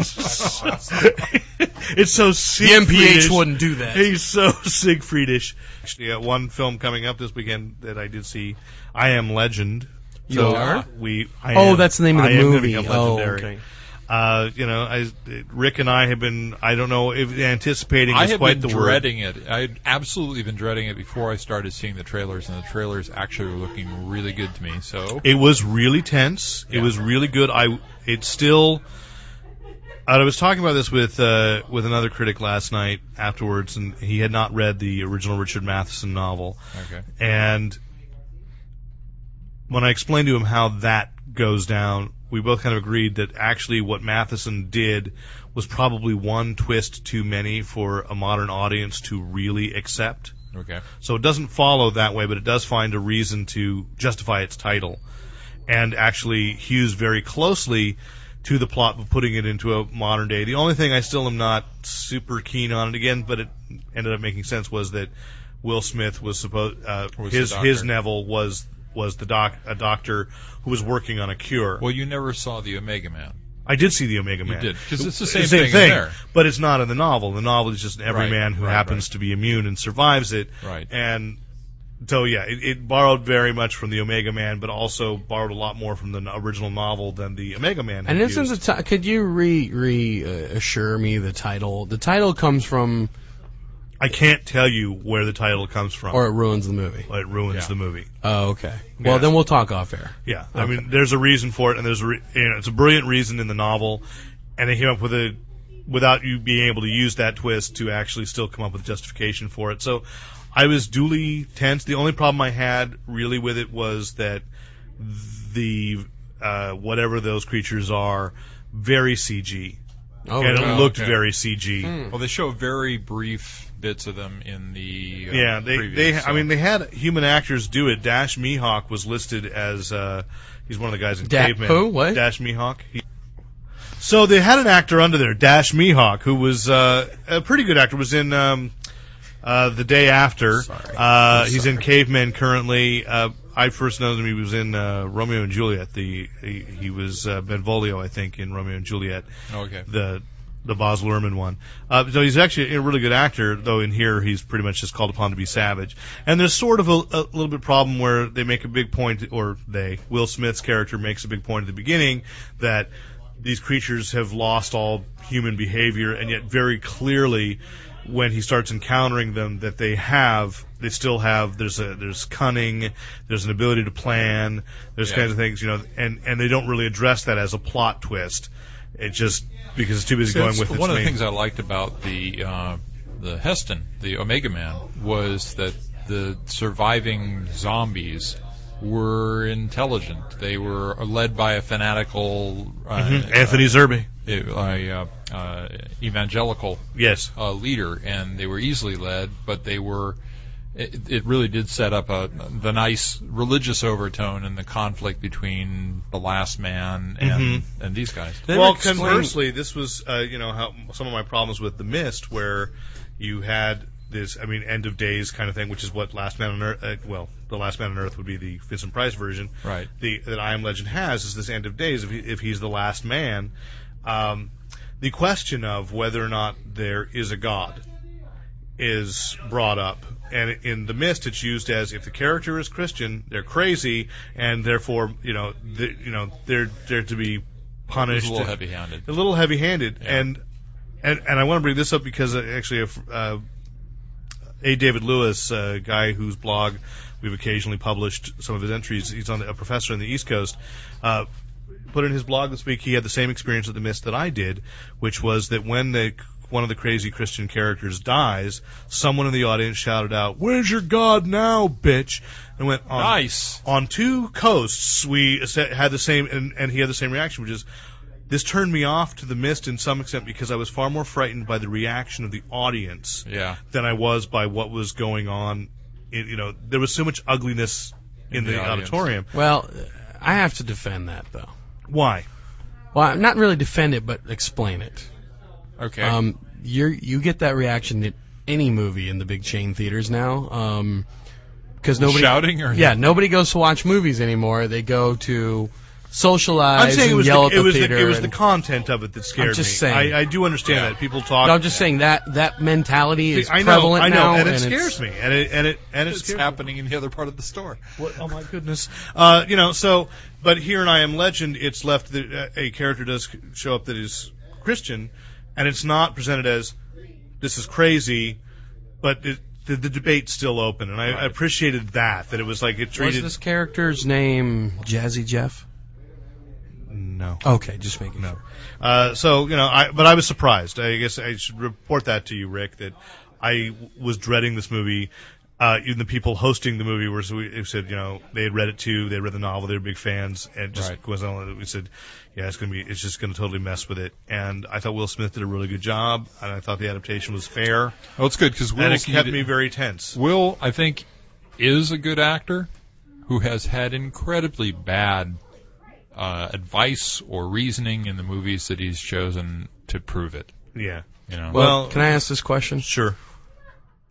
it's so
the MPH
Siegfriedish.
wouldn't do that.
He's so (laughs) Siegfriedish. Actually, uh, one film coming up this weekend that I did see, I Am Legend.
You are?
We. I
oh,
am-
that's the name of
I
the
am
movie.
gonna become
Oh,
legendary.
okay.
Uh, you know, I, Rick and I have been. I don't know if anticipating
I
is
have
quite
been
the
dreading it. I had absolutely been dreading it before I started seeing the trailers, and the trailers actually were looking really good to me. So
word. It was really tense. It
Yeah.
was really good. I. It still. I was talking about this with uh, with another critic last night afterwards, and he had not read the original Richard Matheson novel.
okay,
And when I explained to him how that goes down, we both kind of agreed that actually what Matheson did was probably one twist too many for a modern audience to really accept.
okay,
So it doesn't follow that way, but it does find a reason to justify its title and actually hews very closely to the plot of putting it into a modern day. The only thing I still am not super keen on it again, but it ended up making sense was that Will Smith was supposed uh,
Was the
his
doctor.
his Neville was was the doc a doctor who was working on a cure.
Well, you never saw the Omega Man.
I did see the Omega Man.
did, 'cause it's the same thing in there.
but it's not in the novel. The novel is just an everyman
Right,
who
right,
happens to be immune and survives it.
Right.
And so yeah, it, it borrowed very much from the Omega Man, but also borrowed a lot more from the n- original novel than the Omega Man. had
And this
used.
is a ti- could you re re uh, assure me the title? The title comes from
I can't tell you where the title comes from.
or it ruins the movie.
it ruins
Yeah.
the movie.
Oh, okay.
Yeah.
Well, then we'll talk off air.
Yeah, I mean, there's a reason for it, and there's a re- you know, it's a brilliant reason in the novel, and they came up with a without you being able to use that twist to actually still come up with justification for it. So I was duly tense. The only problem I had really with it was that the uh, whatever those creatures are, very CG,
Oh,
and it
no.
looked
okay.
very CG.
Hmm.
Well, they show very brief bits of them in the uh,
Yeah, they
previews,
they
so.
I mean they had human actors do it. Dash Mihawk was listed as uh, he's one of the guys in
Da-
Caveman.
who? What?
Dash Mihawk. He- so they had an actor under there, Dash Mihawk, who was uh, a pretty good actor. Was in um, uh, the day after.
Sorry.
Uh, he's in Caveman currently. Uh, I first know him. He was in uh, Romeo and Juliet. The he, he was uh, Benvolio, I think, in Romeo and Juliet
Oh, okay.
the the Boz Luhrmann one. Uh, so he's actually a really good actor, though in here he's pretty much just called upon to be savage. And there's sort of a, a little bit problem where they make a big point, or they Will Smith's character makes a big point at the beginning that these creatures have lost all human behavior, and yet very clearly when he starts encountering them that they have they still have there's a there's cunning there's an ability to plan there's
Yeah.
kinds of things you know and and they don't really address that as a plot twist it just because it's too busy going
That's
with its
one of the
main-
things I liked about the uh, the Heston, the Omega Man, was that the surviving zombies were intelligent. They were led by a fanatical, uh,
Mm-hmm. Anthony Zerbe.
uh, a, uh, uh, evangelical
Yes.
uh, leader, and they were easily led, but they were. It, it really did set up a the nice religious overtone in the conflict between the last man and
Mhm.
and these guys.
They
well,
explain-
conversely, this was uh, you know how some of my problems with the mist, where you had this, I mean, end of days kind of thing, which is what Last Man on Earth. Uh, well, the Last Man on Earth would be the Vincent Price version.
Right.
The that I Am Legend has is this end of days. If, he, if he's the last man, um, the question of whether or not there is a god is brought up. And in the mist, it's used as if the character is Christian, they're crazy, and therefore, you know, th you know, they're they're to be
It was
punished
a little heavy-handed.
a little heavy-handed,
Yeah.
and and and I want to bring this up because uh, actually, if, uh, a David Lewis, a guy whose blog we've occasionally published some of his entries, he's on the, a professor on the East Coast. Uh, put in his blog this week, he had the same experience with the mist that I did, which was that when the one of the crazy Christian characters dies, someone in the audience shouted out, "Where's your God now, bitch?" and went "Oh, on
Nice.
on two coasts we sa- had the same and, and he had the same reaction which is this turned me off to the mist in some extent because i was far more frightened by the reaction of the audience
Yeah.
than i was by what was going on in, you know there was so much ugliness in,
In
the,
the audience.
auditorium
Well, I have to defend that though.
why
Well, not really defend it, but explain it.
Okay.
Um, you you get that reaction at any movie in the big chain theaters now. Um 'cause because nobody
shouting or
yeah nobody goes to watch movies anymore. They go to socialize
i'm saying
and
it was, the,
yell at the
it, was
theater.
the, it was the
and-
content of it that scared
I'm just
me
saying.
I, I do understand
Yeah.
that people talk
no, I'm just saying that that mentality is
I know,
prevalent
I know,
now,
and it
it's-
scares me, and it and it and it
It's
scares me.
happening in the other part of the store.
What, oh my goodness! Uh, you know, so but here in I Am Legend, it's left that uh, a character does c- show up that is Christian, and it's not presented as this is crazy, but it, the, the debate's still open, and I, I appreciated that that it was like it
Was
treated
this character's name Jazzy Jeff?
no.
Okay, just making
No.
sure.
Uh, so you know, I but I was surprised. I guess I should report that to you, Rick, that I w- was dreading this movie. Uh, even the people hosting the movie were so we they said, you know, they had read it too, they read the novel, they were big fans, and it just
Right.
was on. We said, yeah, it's gonna be, it's just gonna totally mess with it. And I thought Will Smith did a really good job, and I thought the adaptation was fair,
Oh, it's good because
and it kept me very tense.
Will, I think, is a good actor who has had incredibly bad uh, advice or reasoning in the movies that he's chosen to prove it.
Yeah,
You know,
Well,
Well-
can I ask this question?
sure.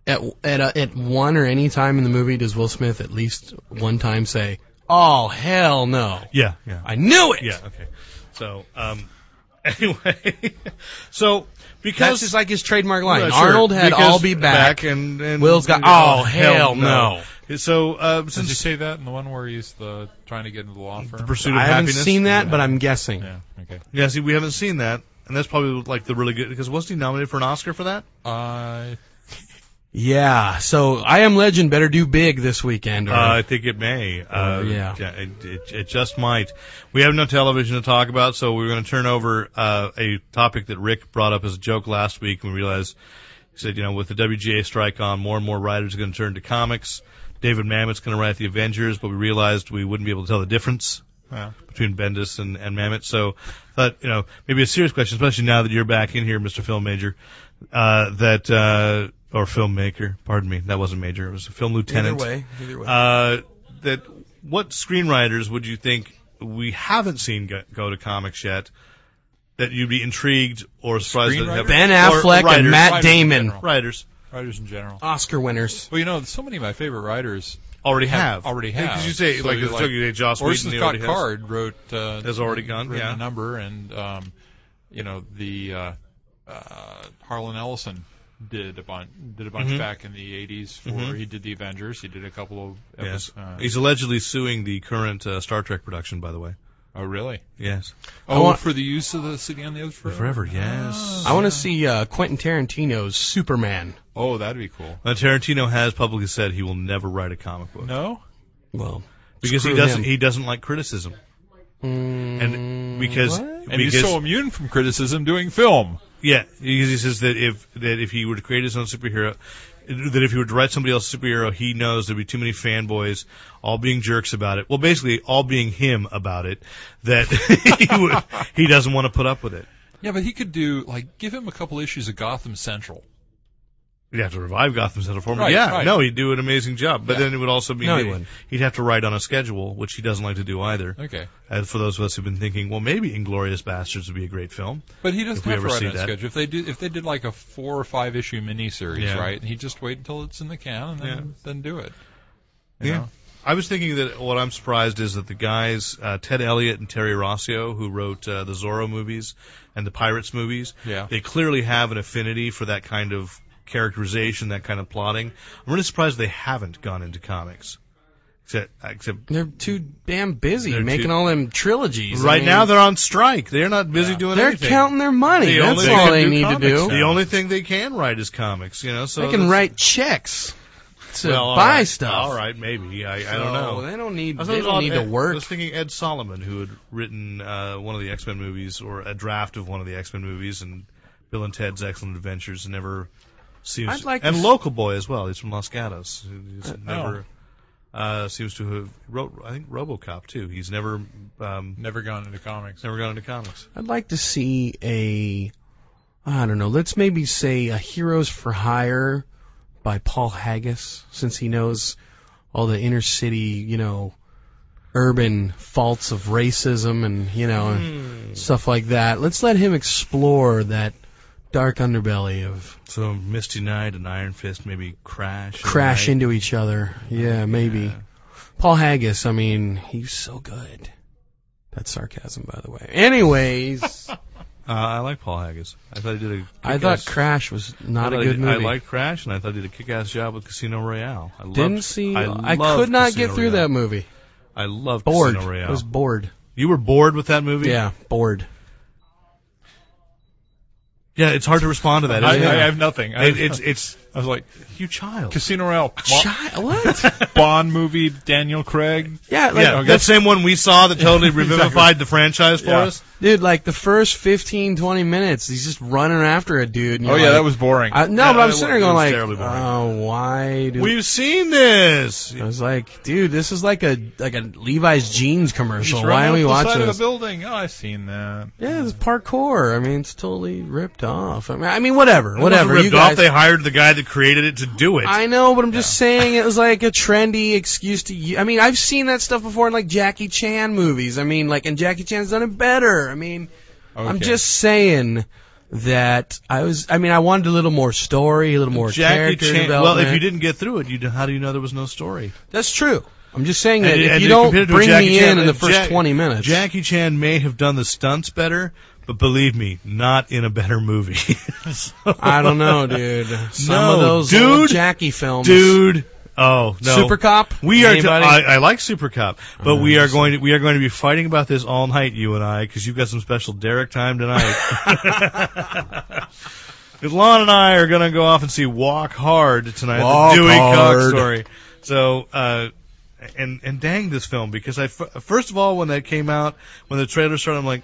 At at uh, at one or any time in the movie, does Will Smith at least one time say, "Oh hell no"?
Yeah, yeah.
I knew it.
Yeah. Okay. So, um, (laughs) anyway, (laughs) so
That's
because
just like his trademark line.
Yeah, sure.
Arnold had
Because
"I'll be back."
and, and
Will's got, "Oh, hell
So uh,
did you
since
say that in the one where he's the trying to get into the law firm?
the pursuit of
I haven't
happiness,
seen that, but I'm guessing.
yeah. Okay.
Yeah, see, we haven't seen that, and that's probably like the really good because wasn't he nominated for an Oscar for that?
Uh,
Yeah. So I am Legend better do big this weekend. Or,
Uh, I think it may. Uh,
yeah.
it, it, it just might. We have no television to talk about, so we're going to turn over uh, a topic that Rick brought up as a joke last week, and we realized he said, you know, with the WGA strike on, more and more writers are going to turn to comics. David Mamet's going to write the Avengers, but we realized we wouldn't be able to tell the difference.
Yeah.
Between Bendis and, and Mamet, so thought you know maybe a serious question, especially now that you're back in here, Mr. Film Major, uh, that uh, or filmmaker, pardon me, that wasn't major, it was a film
either
lieutenant.
way. Either way.
Uh, that what screenwriters would you think we haven't seen go, go to comics yet that you'd be intrigued or surprised that have
Screenwriters?
ben
or
Affleck and
writers,
Matt
writers in
Damon,
general.
writers
writers in general.
Oscar winners.
Well, you know, so many of my favorite writers
already
have,
have,
already have.
because you say
So
like,
you
you
like-
took you say Joss Whedon
Orson
he
Scott
already has.
Card wrote uh,
Has already gone,
written
yeah.
a number, and um, you know the uh, uh, Harlan Ellison did a bunch did a bunch
Mhm.
back in the '80s for
Mhm.
he did the Avengers, he did a couple of
Yes.
episodes. Uh,
He's allegedly suing the current uh, Star Trek production, by the way.
oh really?
Yes.
Oh,
want-
for the use of the city on the edge forever.
Forever, yes.
I want to see uh, Quentin Tarantino's Superman.
Oh, that'd be cool.
Now, Tarantino has publicly said he will never write a comic book
No,
Well,
because he
screw
doesn't.
him.
He doesn't like criticism, and because
Mm, what?
Mm, and
because
he's so immune from criticism doing film.
Yeah, because he says that if that if he were to create his own superhero, that if he were to write somebody else's superhero, he knows there'd be too many fanboys all being jerks about it. Well, basically all being him about it. That (laughs) he would, he doesn't want to put up with it.
Yeah, but he could do like give him a couple issues of Gotham Central.
You'd have to revive Gotham Central for him.
Right,
yeah,
right.
no, he'd do an amazing job. But
Yeah.
then it would also be
No, he wouldn't.
he'd have to write on a schedule, which he doesn't like to do either.
Okay,
And for those of us who've been thinking, well, maybe Inglorious Bastards would be a great film.
but he doesn't
If we
have to
ever
write
see
on a
that.
schedule. If they do, if they did like a four or five issue miniseries,
Yeah.
right? And he just wait until it's in the can and then,
Yeah.
then do it. You
Yeah.
know?
I was thinking that what I'm surprised is that the guys, uh, Ted Elliott and Terry Rossio, who wrote uh, the Zorro movies and the Pirates movies,
Yeah.
they clearly have an affinity for that kind of characterization, that kind of plotting. I'm really surprised they haven't gone into comics. Except, except
They're too damn busy
They're
making
too-
all them trilogies. I
right
mean,
now they're on strike. They're not busy
Yeah.
doing
they're
anything.
counting their money.
The
That's
only-
all
can
they
do
need to
comics
do.
now.
The only thing they can write is comics, you know. So
They can
that's-
write chechs to
well, all
buy
right.
stuff.
All right, maybe. I, I don't know.
So They don't need.
I was
They
thinking
don't need
about
to
Ed- I
work.
was thinking Ed Solomon, who had written uh, one of the X Men movies or a draft of one of the X Men movies, and Bill and Ted's Excellent Adventures, and never seems.
I'd like to
and
s- Oh.
Local Boy as well. He's from Los Gatos. He's never uh, seems to have wrote. I think RoboCop too. He's never um,
Never gone into comics.
never gone into comics.
I'd like to see a, I don't know, let's maybe say a Heroes for Hire by Paul Haggis, since he knows all the inner city, you know, urban faults of racism and, you know, and stuff like that. Let's let him explore that dark underbelly of
So Misty Knight and Iron Fist maybe crash.
crash
Right?
into each other. Yeah, maybe. Paul Haggis, I mean, he's so good. That's sarcasm, by the way.
(laughs)
Anyways.
Uh, I like Paul Haggis. I thought he did a.
I
kick-ass-
thought Crash was not
I
a
thought he
good
did-
movie.
I liked Crash, and I thought he did a kick-ass job with Casino Royale. I
Didn't
loved,
see.
I,
I,
loved
could not
Casino
get through
Royale.
that movie.
I love
Bored.
Casino Royale.
I was bored.
you were bored with that movie?
Yeah, bored.
Yeah, it's hard to respond to that.
I,
isn't
I
it?
have nothing. I,
It- it's it's
I was like
you child.
Casino Royale, Bo-
(laughs)
Child, what?
Bond movie, Daniel Craig.
yeah, like,
yeah, that same one we saw that
(laughs)
totally revivified the franchise for
Yeah.
us.
dude, like the first 15, 20 minutes, he's just running after a dude. And
Oh
you're
yeah,
like-
that was boring.
I, no,
Yeah,
but I'm
that
sitting
was- it
there
was
going like,
terribly boring.
oh, why do?
We've seen this.
I was like, dude, this is like a like a Levi's jeans commercial.
He's
Why
running
are we
up the
watching
side
this?
of a building. Oh, I've seen that.
Yeah, it's parkour. I mean, it's totally ripped off. I mean, I mean whatever, whatever.
It wasn't
you
ripped
guys,
off. They hired the guy that created it to do it.
I know, but I'm just saying it was like a trendy excuse to. u- I mean, I've seen that stuff before in like Jackie Chan movies. I mean, like, and Jackie Chan's done it better. I mean, I'm
Okay.
just saying that I was. I mean, I wanted a little more story, a little more
Jackie
character
Chan. Well,
development.
if you didn't get through it, you how do you know there was no story?
that's true. I'm just saying that
And-
if
and
you don't
compared to
bring
Jackie
me
Chan,
in in the
uh,
first
Jack-
20 minutes,
Jackie Chan may have done the stunts better, but believe me, not in a better movie. (laughs) So-
I don't (laughs) know, dude.
(laughs)
Some
No,
of those old
dude,
Jackie films,
dude. Oh no,
Super Cop.
We are.
Anybody?
I, I like Super Cop, but we are going to we are going to be fighting about this all night, you and I, because you've got some special Derek time tonight.
(laughs)
'Cause Lon and I are going to go off and see Walk Hard tonight,
Walk
the Dewey Cox
Hard.
story. So, uh, and and dang this film because I f- first of all when that came out when the trailer started I'm like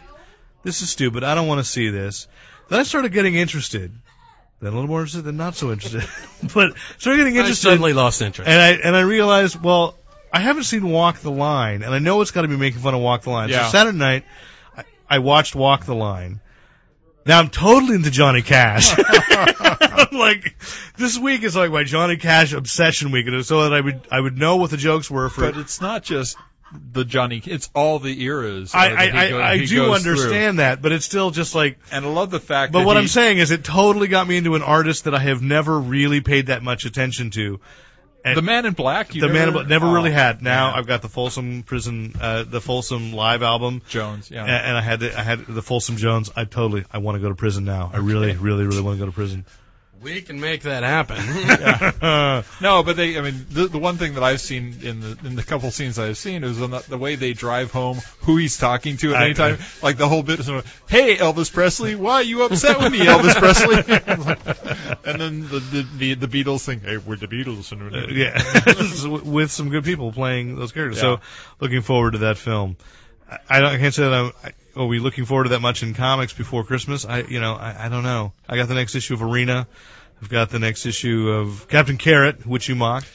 this is stupid I don't want to see this then I started getting interested then a little more interested then not so interested (laughs) but started getting
I
interested
suddenly lost interest.
and I and I realized, well, I haven't seen Walk the Line, and I know it's got to be making fun of Walk the Line.
Yeah.
So Saturday night, I, I watched Walk the Line. Now I'm totally into Johnny Cash. (laughs) I'm like, this week is like my Johnny Cash obsession week, and it was so that I would I would know what the jokes were for.
But it's not just the Johnny. It's all the eras.
I
uh,
I,
that he
I,
go-
I
he
do
goes through.
understand that, but it's still just like.
and I love the fact.
But
that
what
he,
I'm saying is, it totally got me into an artist that I have never really paid that much attention to.
the Man in Black. You
the
never,
man about, never
oh,
really had. Now
man.
I've got the Folsom Prison, uh, the Folsom live album,
Jones. Yeah.
a- and I had the, I had the Folsom Jones. I totally I want to go to prison now. I really, really, really want to go to prison. Uh,
we can make that happen. (laughs)
(laughs) No, but they. I mean, the, the one thing that I've seen in the in the couple scenes I've seen is on the, the way they drive home who he's talking to at
I-
any time. Like the whole bit is, "Hey, Elvis Presley, why are you upset with me, Elvis Presley?" (laughs) and then the, the the the Beatles thing, "Hey, we're the Beatles," and
Uh, yeah, (laughs) So, with some good people playing those characters. So
Yeah.
looking forward to that film. I, I, don't, I can't say that I'm. I, are we looking forward to that much in comics before Christmas? I, you know, I, I don't know. I got the next issue of Arena I've got the next issue of Captain Carrot, which you mocked.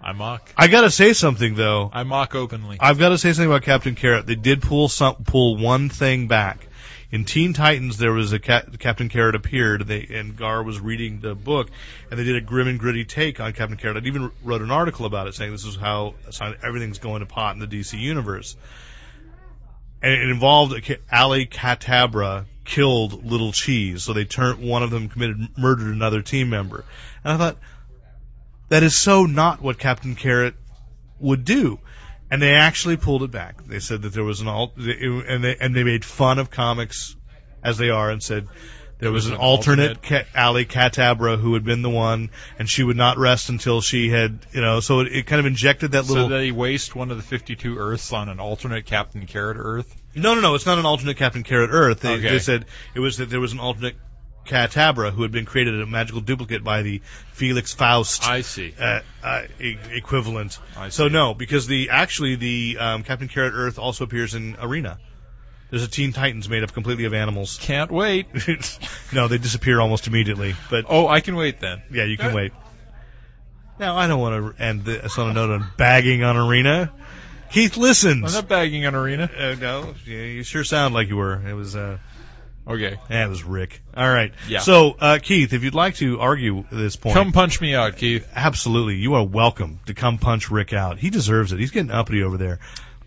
I mock.
I gotta say something though.
I mock openly.
I've got to say something about Captain Carrot. They did pull some pull one thing back. In Teen Titans, there was a Cap- Captain Carrot appeared, and, they, and Gar was reading the book, and they did a grim and gritty take on Captain Carrot. I even wrote an article about it, saying this is how so everything's going to pot in the DC universe. And it involved a ca- Ali Catabra killed Little Cheese, so they turned one of them committed murdered another team member, and I thought that is so not what Captain Carrot would do. And they actually pulled it back. They said that there was an alt, and they and they made fun of comics as they are, and said there was an, alternate, Ca- Ali Catabra who had been the one, and she would not rest until she had, you know. So it, it kind of injected that little.
So they waste one of the 52 Earths on an alternate Captain Carrot Earth.
no, no, no. It's not an alternate Captain Carrot Earth. They,
Okay.
they said it was that there was an alternate Catabra who had been created a magical duplicate by the Felix Faust
I see.
uh, uh, e- equivalent.
I
So
see.
no, because the actually the um, Captain Carrot Earth also appears in Arena. There's a Teen Titans made up completely of animals. (laughs)
Can't wait.
no, they disappear almost immediately. But
Oh, I can wait then.
yeah, you can wait. Now I don't want to end this on a note on bagging on Arena. Keith
I'm
listens.
not bagging on Arena.
Uh, no, you- you sure sound like you were. It was uh,
Okay.
yeah, it was Rick. All right.
Yeah.
So uh, Keith, if you'd like to argue this point,
Come punch me out, Keith.
Absolutely. You are welcome to come punch Rick out. He deserves it. He's getting uppity over there.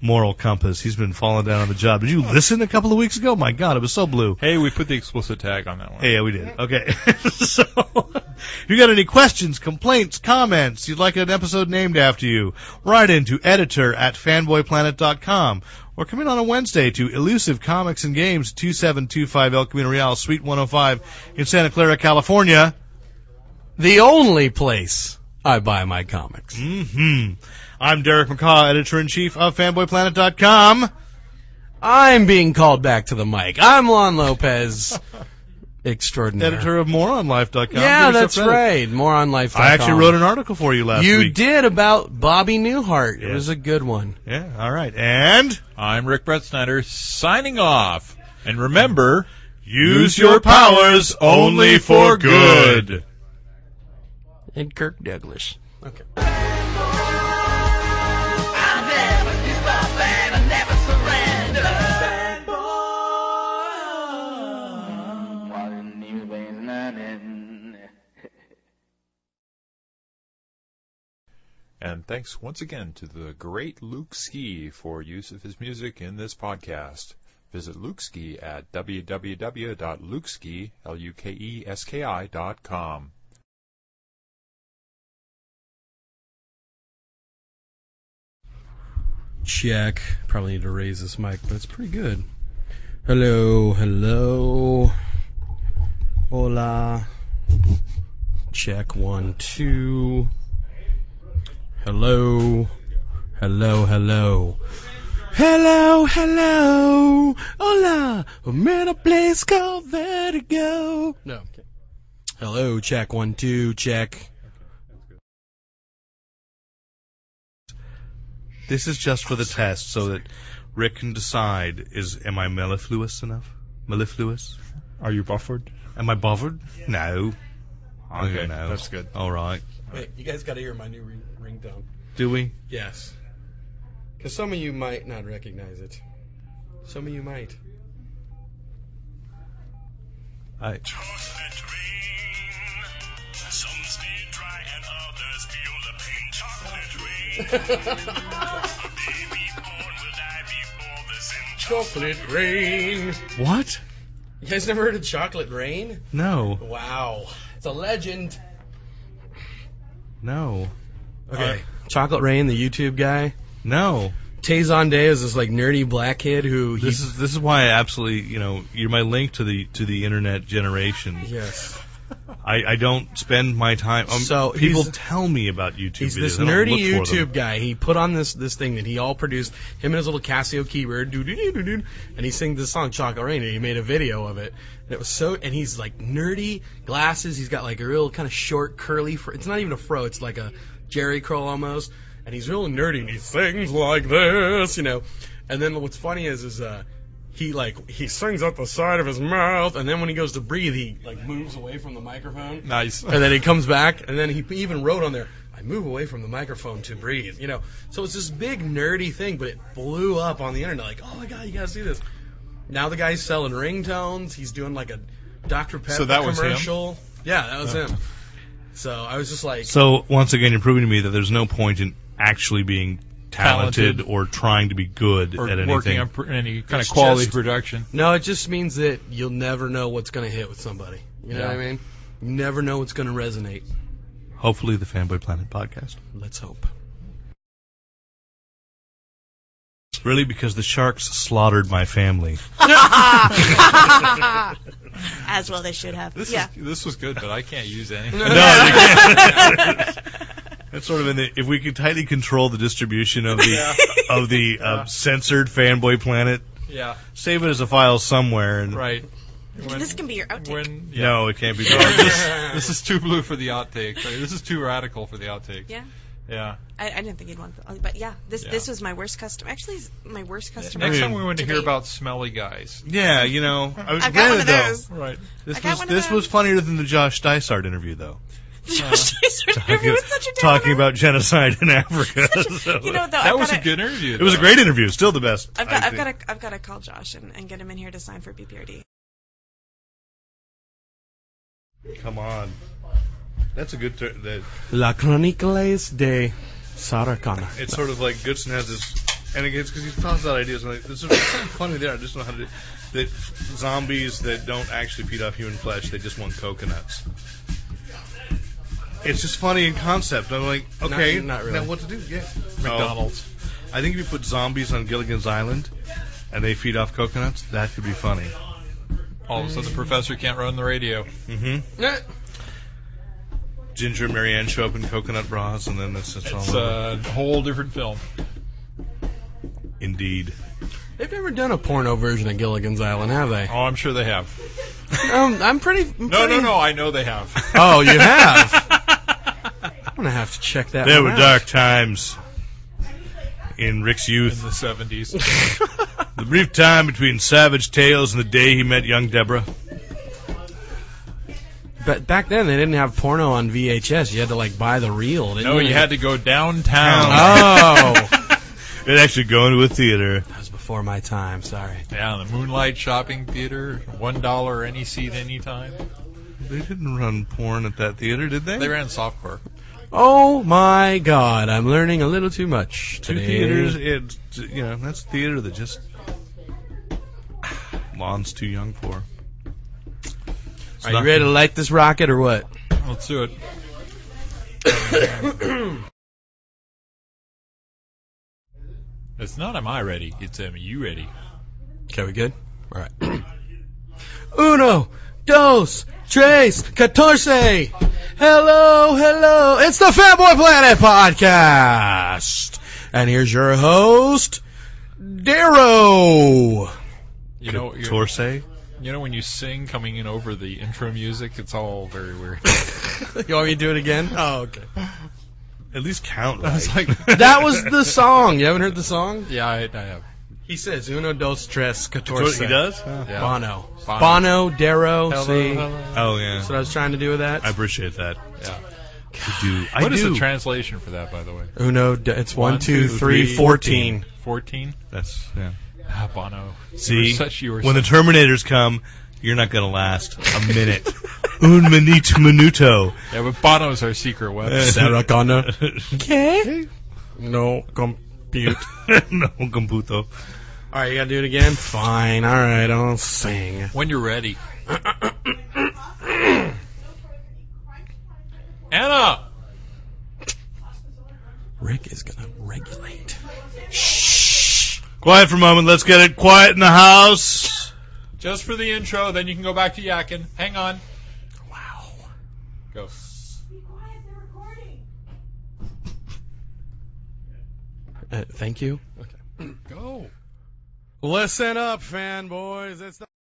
Moral compass. He's been falling down on the job. Did you listen a couple of weeks ago? My God, it was so blue.
Hey, we put the explicit tag on that one.
Hey, yeah, we did. Okay. (laughs) so, if you got any questions, complaints, comments, you'd like an episode named after you, write in to editor at fanboyplanet.com or come in on a Wednesday to Elusive Comics and Games, 2725 El Camino Real, Suite 105 in Santa Clara, California.
The only place I buy my comics.
hmm I'm Derek McCaw, editor in chief of FanboyPlanet.com.
I'm being called back to the mic. I'm Lon (laughs) Lopez, extraordinary.
Editor of MoronLife.com.
Yeah,
Give yourself
that's
credit.
right. More on life.
I actually wrote an article for you last
You
week.
did about Bobby Newhart. It
Yeah.
was a good one.
Yeah, all right. And
I'm Rick Brett Snyder signing off. And remember,
use your powers only for good.
And Kirk Douglas.
I never give up and I never surrender. Fanboy.
Fallen leaves waves running.
And thanks once again to the great Luke Ski for use of his music in this podcast. Visit Luke Ski at www.lukeski, E L-U-K-E-S-K-I dot com.
Check. Probably need to raise this mic, but it's pretty good. Hello, hello. Hola. Check one, two. Hello. Hello, hello. Hello, hello. Hola. I'm in a place called Vertigo. No. Okay. Hello, check one, two, check.
This is just for the test so that Rick can decide is am I mellifluous enough? Mellifluous?
Are you buffered?
Am I bothered? No. I
Okay,
don't know.
that's good.
All right.
Wait, you guys gotta hear my new ring- ringtone.
Do we?
Yes. Because some of you might not recognize it. Some of you might.
I,
Toasted rain. Some stay dry and others feel the pain. Chocolate rain. A baby born will die before this end.
Chocolate rain.
what?
You guys never heard of chocolate rain?
No.
Wow. It's a legend.
No.
Okay. Uh, chocolate rain, the YouTube guy.
No.
Tazon Day is this like nerdy black kid who he,
This is this is why I absolutely you know you're my link to the to the internet generation.
yes.
I, I don't spend my time. Um,
So
people
he's-
tell me about YouTube.
He's
videos.
this
I don't
nerdy
look for them.
YouTube guy. He put on this this thing that he all produced. Him and his little Casio keyboard, doo doo doo doo doo, and he sings this song "Chocolate Rain" and he made a video of it. And it was so. And he's like nerdy glasses. He's got like a real kind of short curly. Fr- it's not even a fro. It's like a Jerry curl almost. And he's real nerdy. and He sings like this, you know. And then what's funny is is uh he like he sings out the side of his mouth, and then when he goes to breathe, he like moves away from the microphone,
Nice.
and then he comes back, and then he even wrote on there, "I move away from the microphone to breathe." You know, so it's this big nerdy thing, but it blew up on the internet. Like, oh my god, you gotta see this. Now the guy's selling ringtones. He's doing like a Dr. Pepper
So that was him?
commercial. Yeah, that was him. So I was just like,
So once again, you're proving to me that there's no point in actually being talented,
Talented.
or trying to be good
or
at
working
anything.
on pr- any kind
It's
of quality
just-
production.
No, it just means that you'll never know what's going to hit with somebody. You know
Yeah.
what I mean? You never know what's going to resonate.
Hopefully, the Fanboy Planet podcast.
Let's hope.
Really, because the sharks slaughtered my
(laughs)
family.
As well, they should have.
This
yeah.
is, this was good, but I can't use any.
No,
(laughs)
you can't. (laughs) That's sort of in the, if we could tightly control the distribution of the of
(laughs)
the uh, censored fanboy planet,
yeah,
save it as a file somewhere. And
right.
this can be your outtake.
When yeah.
no, it
(laughs)
can't be.
No,
done.
this, this is too blue for the outtakes. Right? This is too radical for the outtakes.
Yeah.
Yeah.
I, I didn't think you'd want, the- but yeah, this
Yeah.
this was my worst customer. Actually, it's my worst customer.
Next time we want to hear
debate. (laughs)
about smelly guys.
yeah, you know. I was
I've got one of
granted, though,
those.
Right.
I
This
got
was
one of
this
those.
was funnier than the Josh Dysart interview,
(laughs)
though.
uh,
Josh Dyser interview was such a
talking
downer. (laughs)
about genocide in Africa. so-
you know, though,
That
I've
was a
got
good interview.
it was a
though.
great interview. Still the best.
I've got,
I
I've
think.
got, to, I've got to call Josh and, and get him in here to sign for BPRD.
Come on. That's a good. Ter- that,
La Chroniques de Saracana.
it's sort of like Goodson has this, and again, it's because he tosses out ideas. And like, there's something funny there. I just don't know how to. Do, that zombies that don't actually feed off human flesh, they just want coconuts. It's just funny in concept. I'm like, okay,
not really.
now what to do? Yeah,
McDonald's.
Oh, I think if you put zombies on Gilligan's Island and they feed off coconuts, that could be funny.
All of a sudden, the professor can't run the radio.
Mm-hmm.
Eh.
Ginger and Marianne show up in coconut bras, and then that's just all
It's uh,
over.
a whole different film.
Indeed.
They've never done a porno version of Gilligan's Island, have they?
Oh, I'm sure they have.
(laughs) Um, I'm pretty. I'm
No, no,
pretty-
no. I know they have.
Oh, you
(laughs)
have? I'm going to have to check that
There
one
were
out. (laughs)
dark times in Rick's
In
youth.
the 70s.
(laughs)
The brief time between Savage Tales and the day he met young Deborah.
But back then, they didn't have porno on VHS. You had to, like, buy the reel, didn't
No,
you?
you had to go downtown.
Oh.
(laughs) It actually go into a theater.
That was before my time, sorry.
Yeah, the Moonlight Shopping Theater, one dollar any seat, anytime.
They didn't run porn at that theater, did they?
They ran softcore.
Oh my god, I'm learning a little too much
two
today.
theaters. It, you know, that's a theater that just (sighs) Lon's too young for.
Are you ready to light this rocket or what?
Let's do it. (coughs) It's not am I ready? It's am you ready?
Okay, we good? Alright. (clears throat) Uno, dos, tres, catorce! Hello, hello, it's the Fanboy Planet Podcast! And here's your host, Darrow! (laughs)
You know, you,
Torse? eh?
you know when you sing coming in over the intro music, it's all very weird.
You want me to do it again? (laughs) Oh, okay.
At least count.
I was
right. (laughs)
like-
That was the song. You haven't heard the song?
yeah, I, I have.
He says, Uno, dos, tres,
Tor-
catorce.
he does?
Yeah.
Bono.
Bono.
Bono, Darrow,
Hello,
see?
hello.
Oh yeah.
That's what I was trying to do with that.
I appreciate that.
Yeah.
I do. I
What is
do.
the translation for that, by the way?
Uno, d- it's
One,
one, two,
two,
three,
three,
fourteen.
Fourteen?
That's yeah.
Ah, Bono. You
See,
were such you were
when the
such-
Terminators come, you're not gonna last a minute. (laughs) Un minute minuto.
yeah, but Bono's our secret
Eh.
weapon.
Sarah Connor.
Okay.
No compute.
(laughs)
(laughs)
no computo.
All right, you gotta do it again. Fine. All right, I'll sing. (clears throat)
When you're ready. Anna!
Rick is gonna regulate.
Quiet for a moment. Let's get it quiet in the house.
Just for the intro, then you can go back to yakking. Hang on.
Wow.
Go.
Uh, thank you.
Go.
Uh, Listen up, fanboys. It's the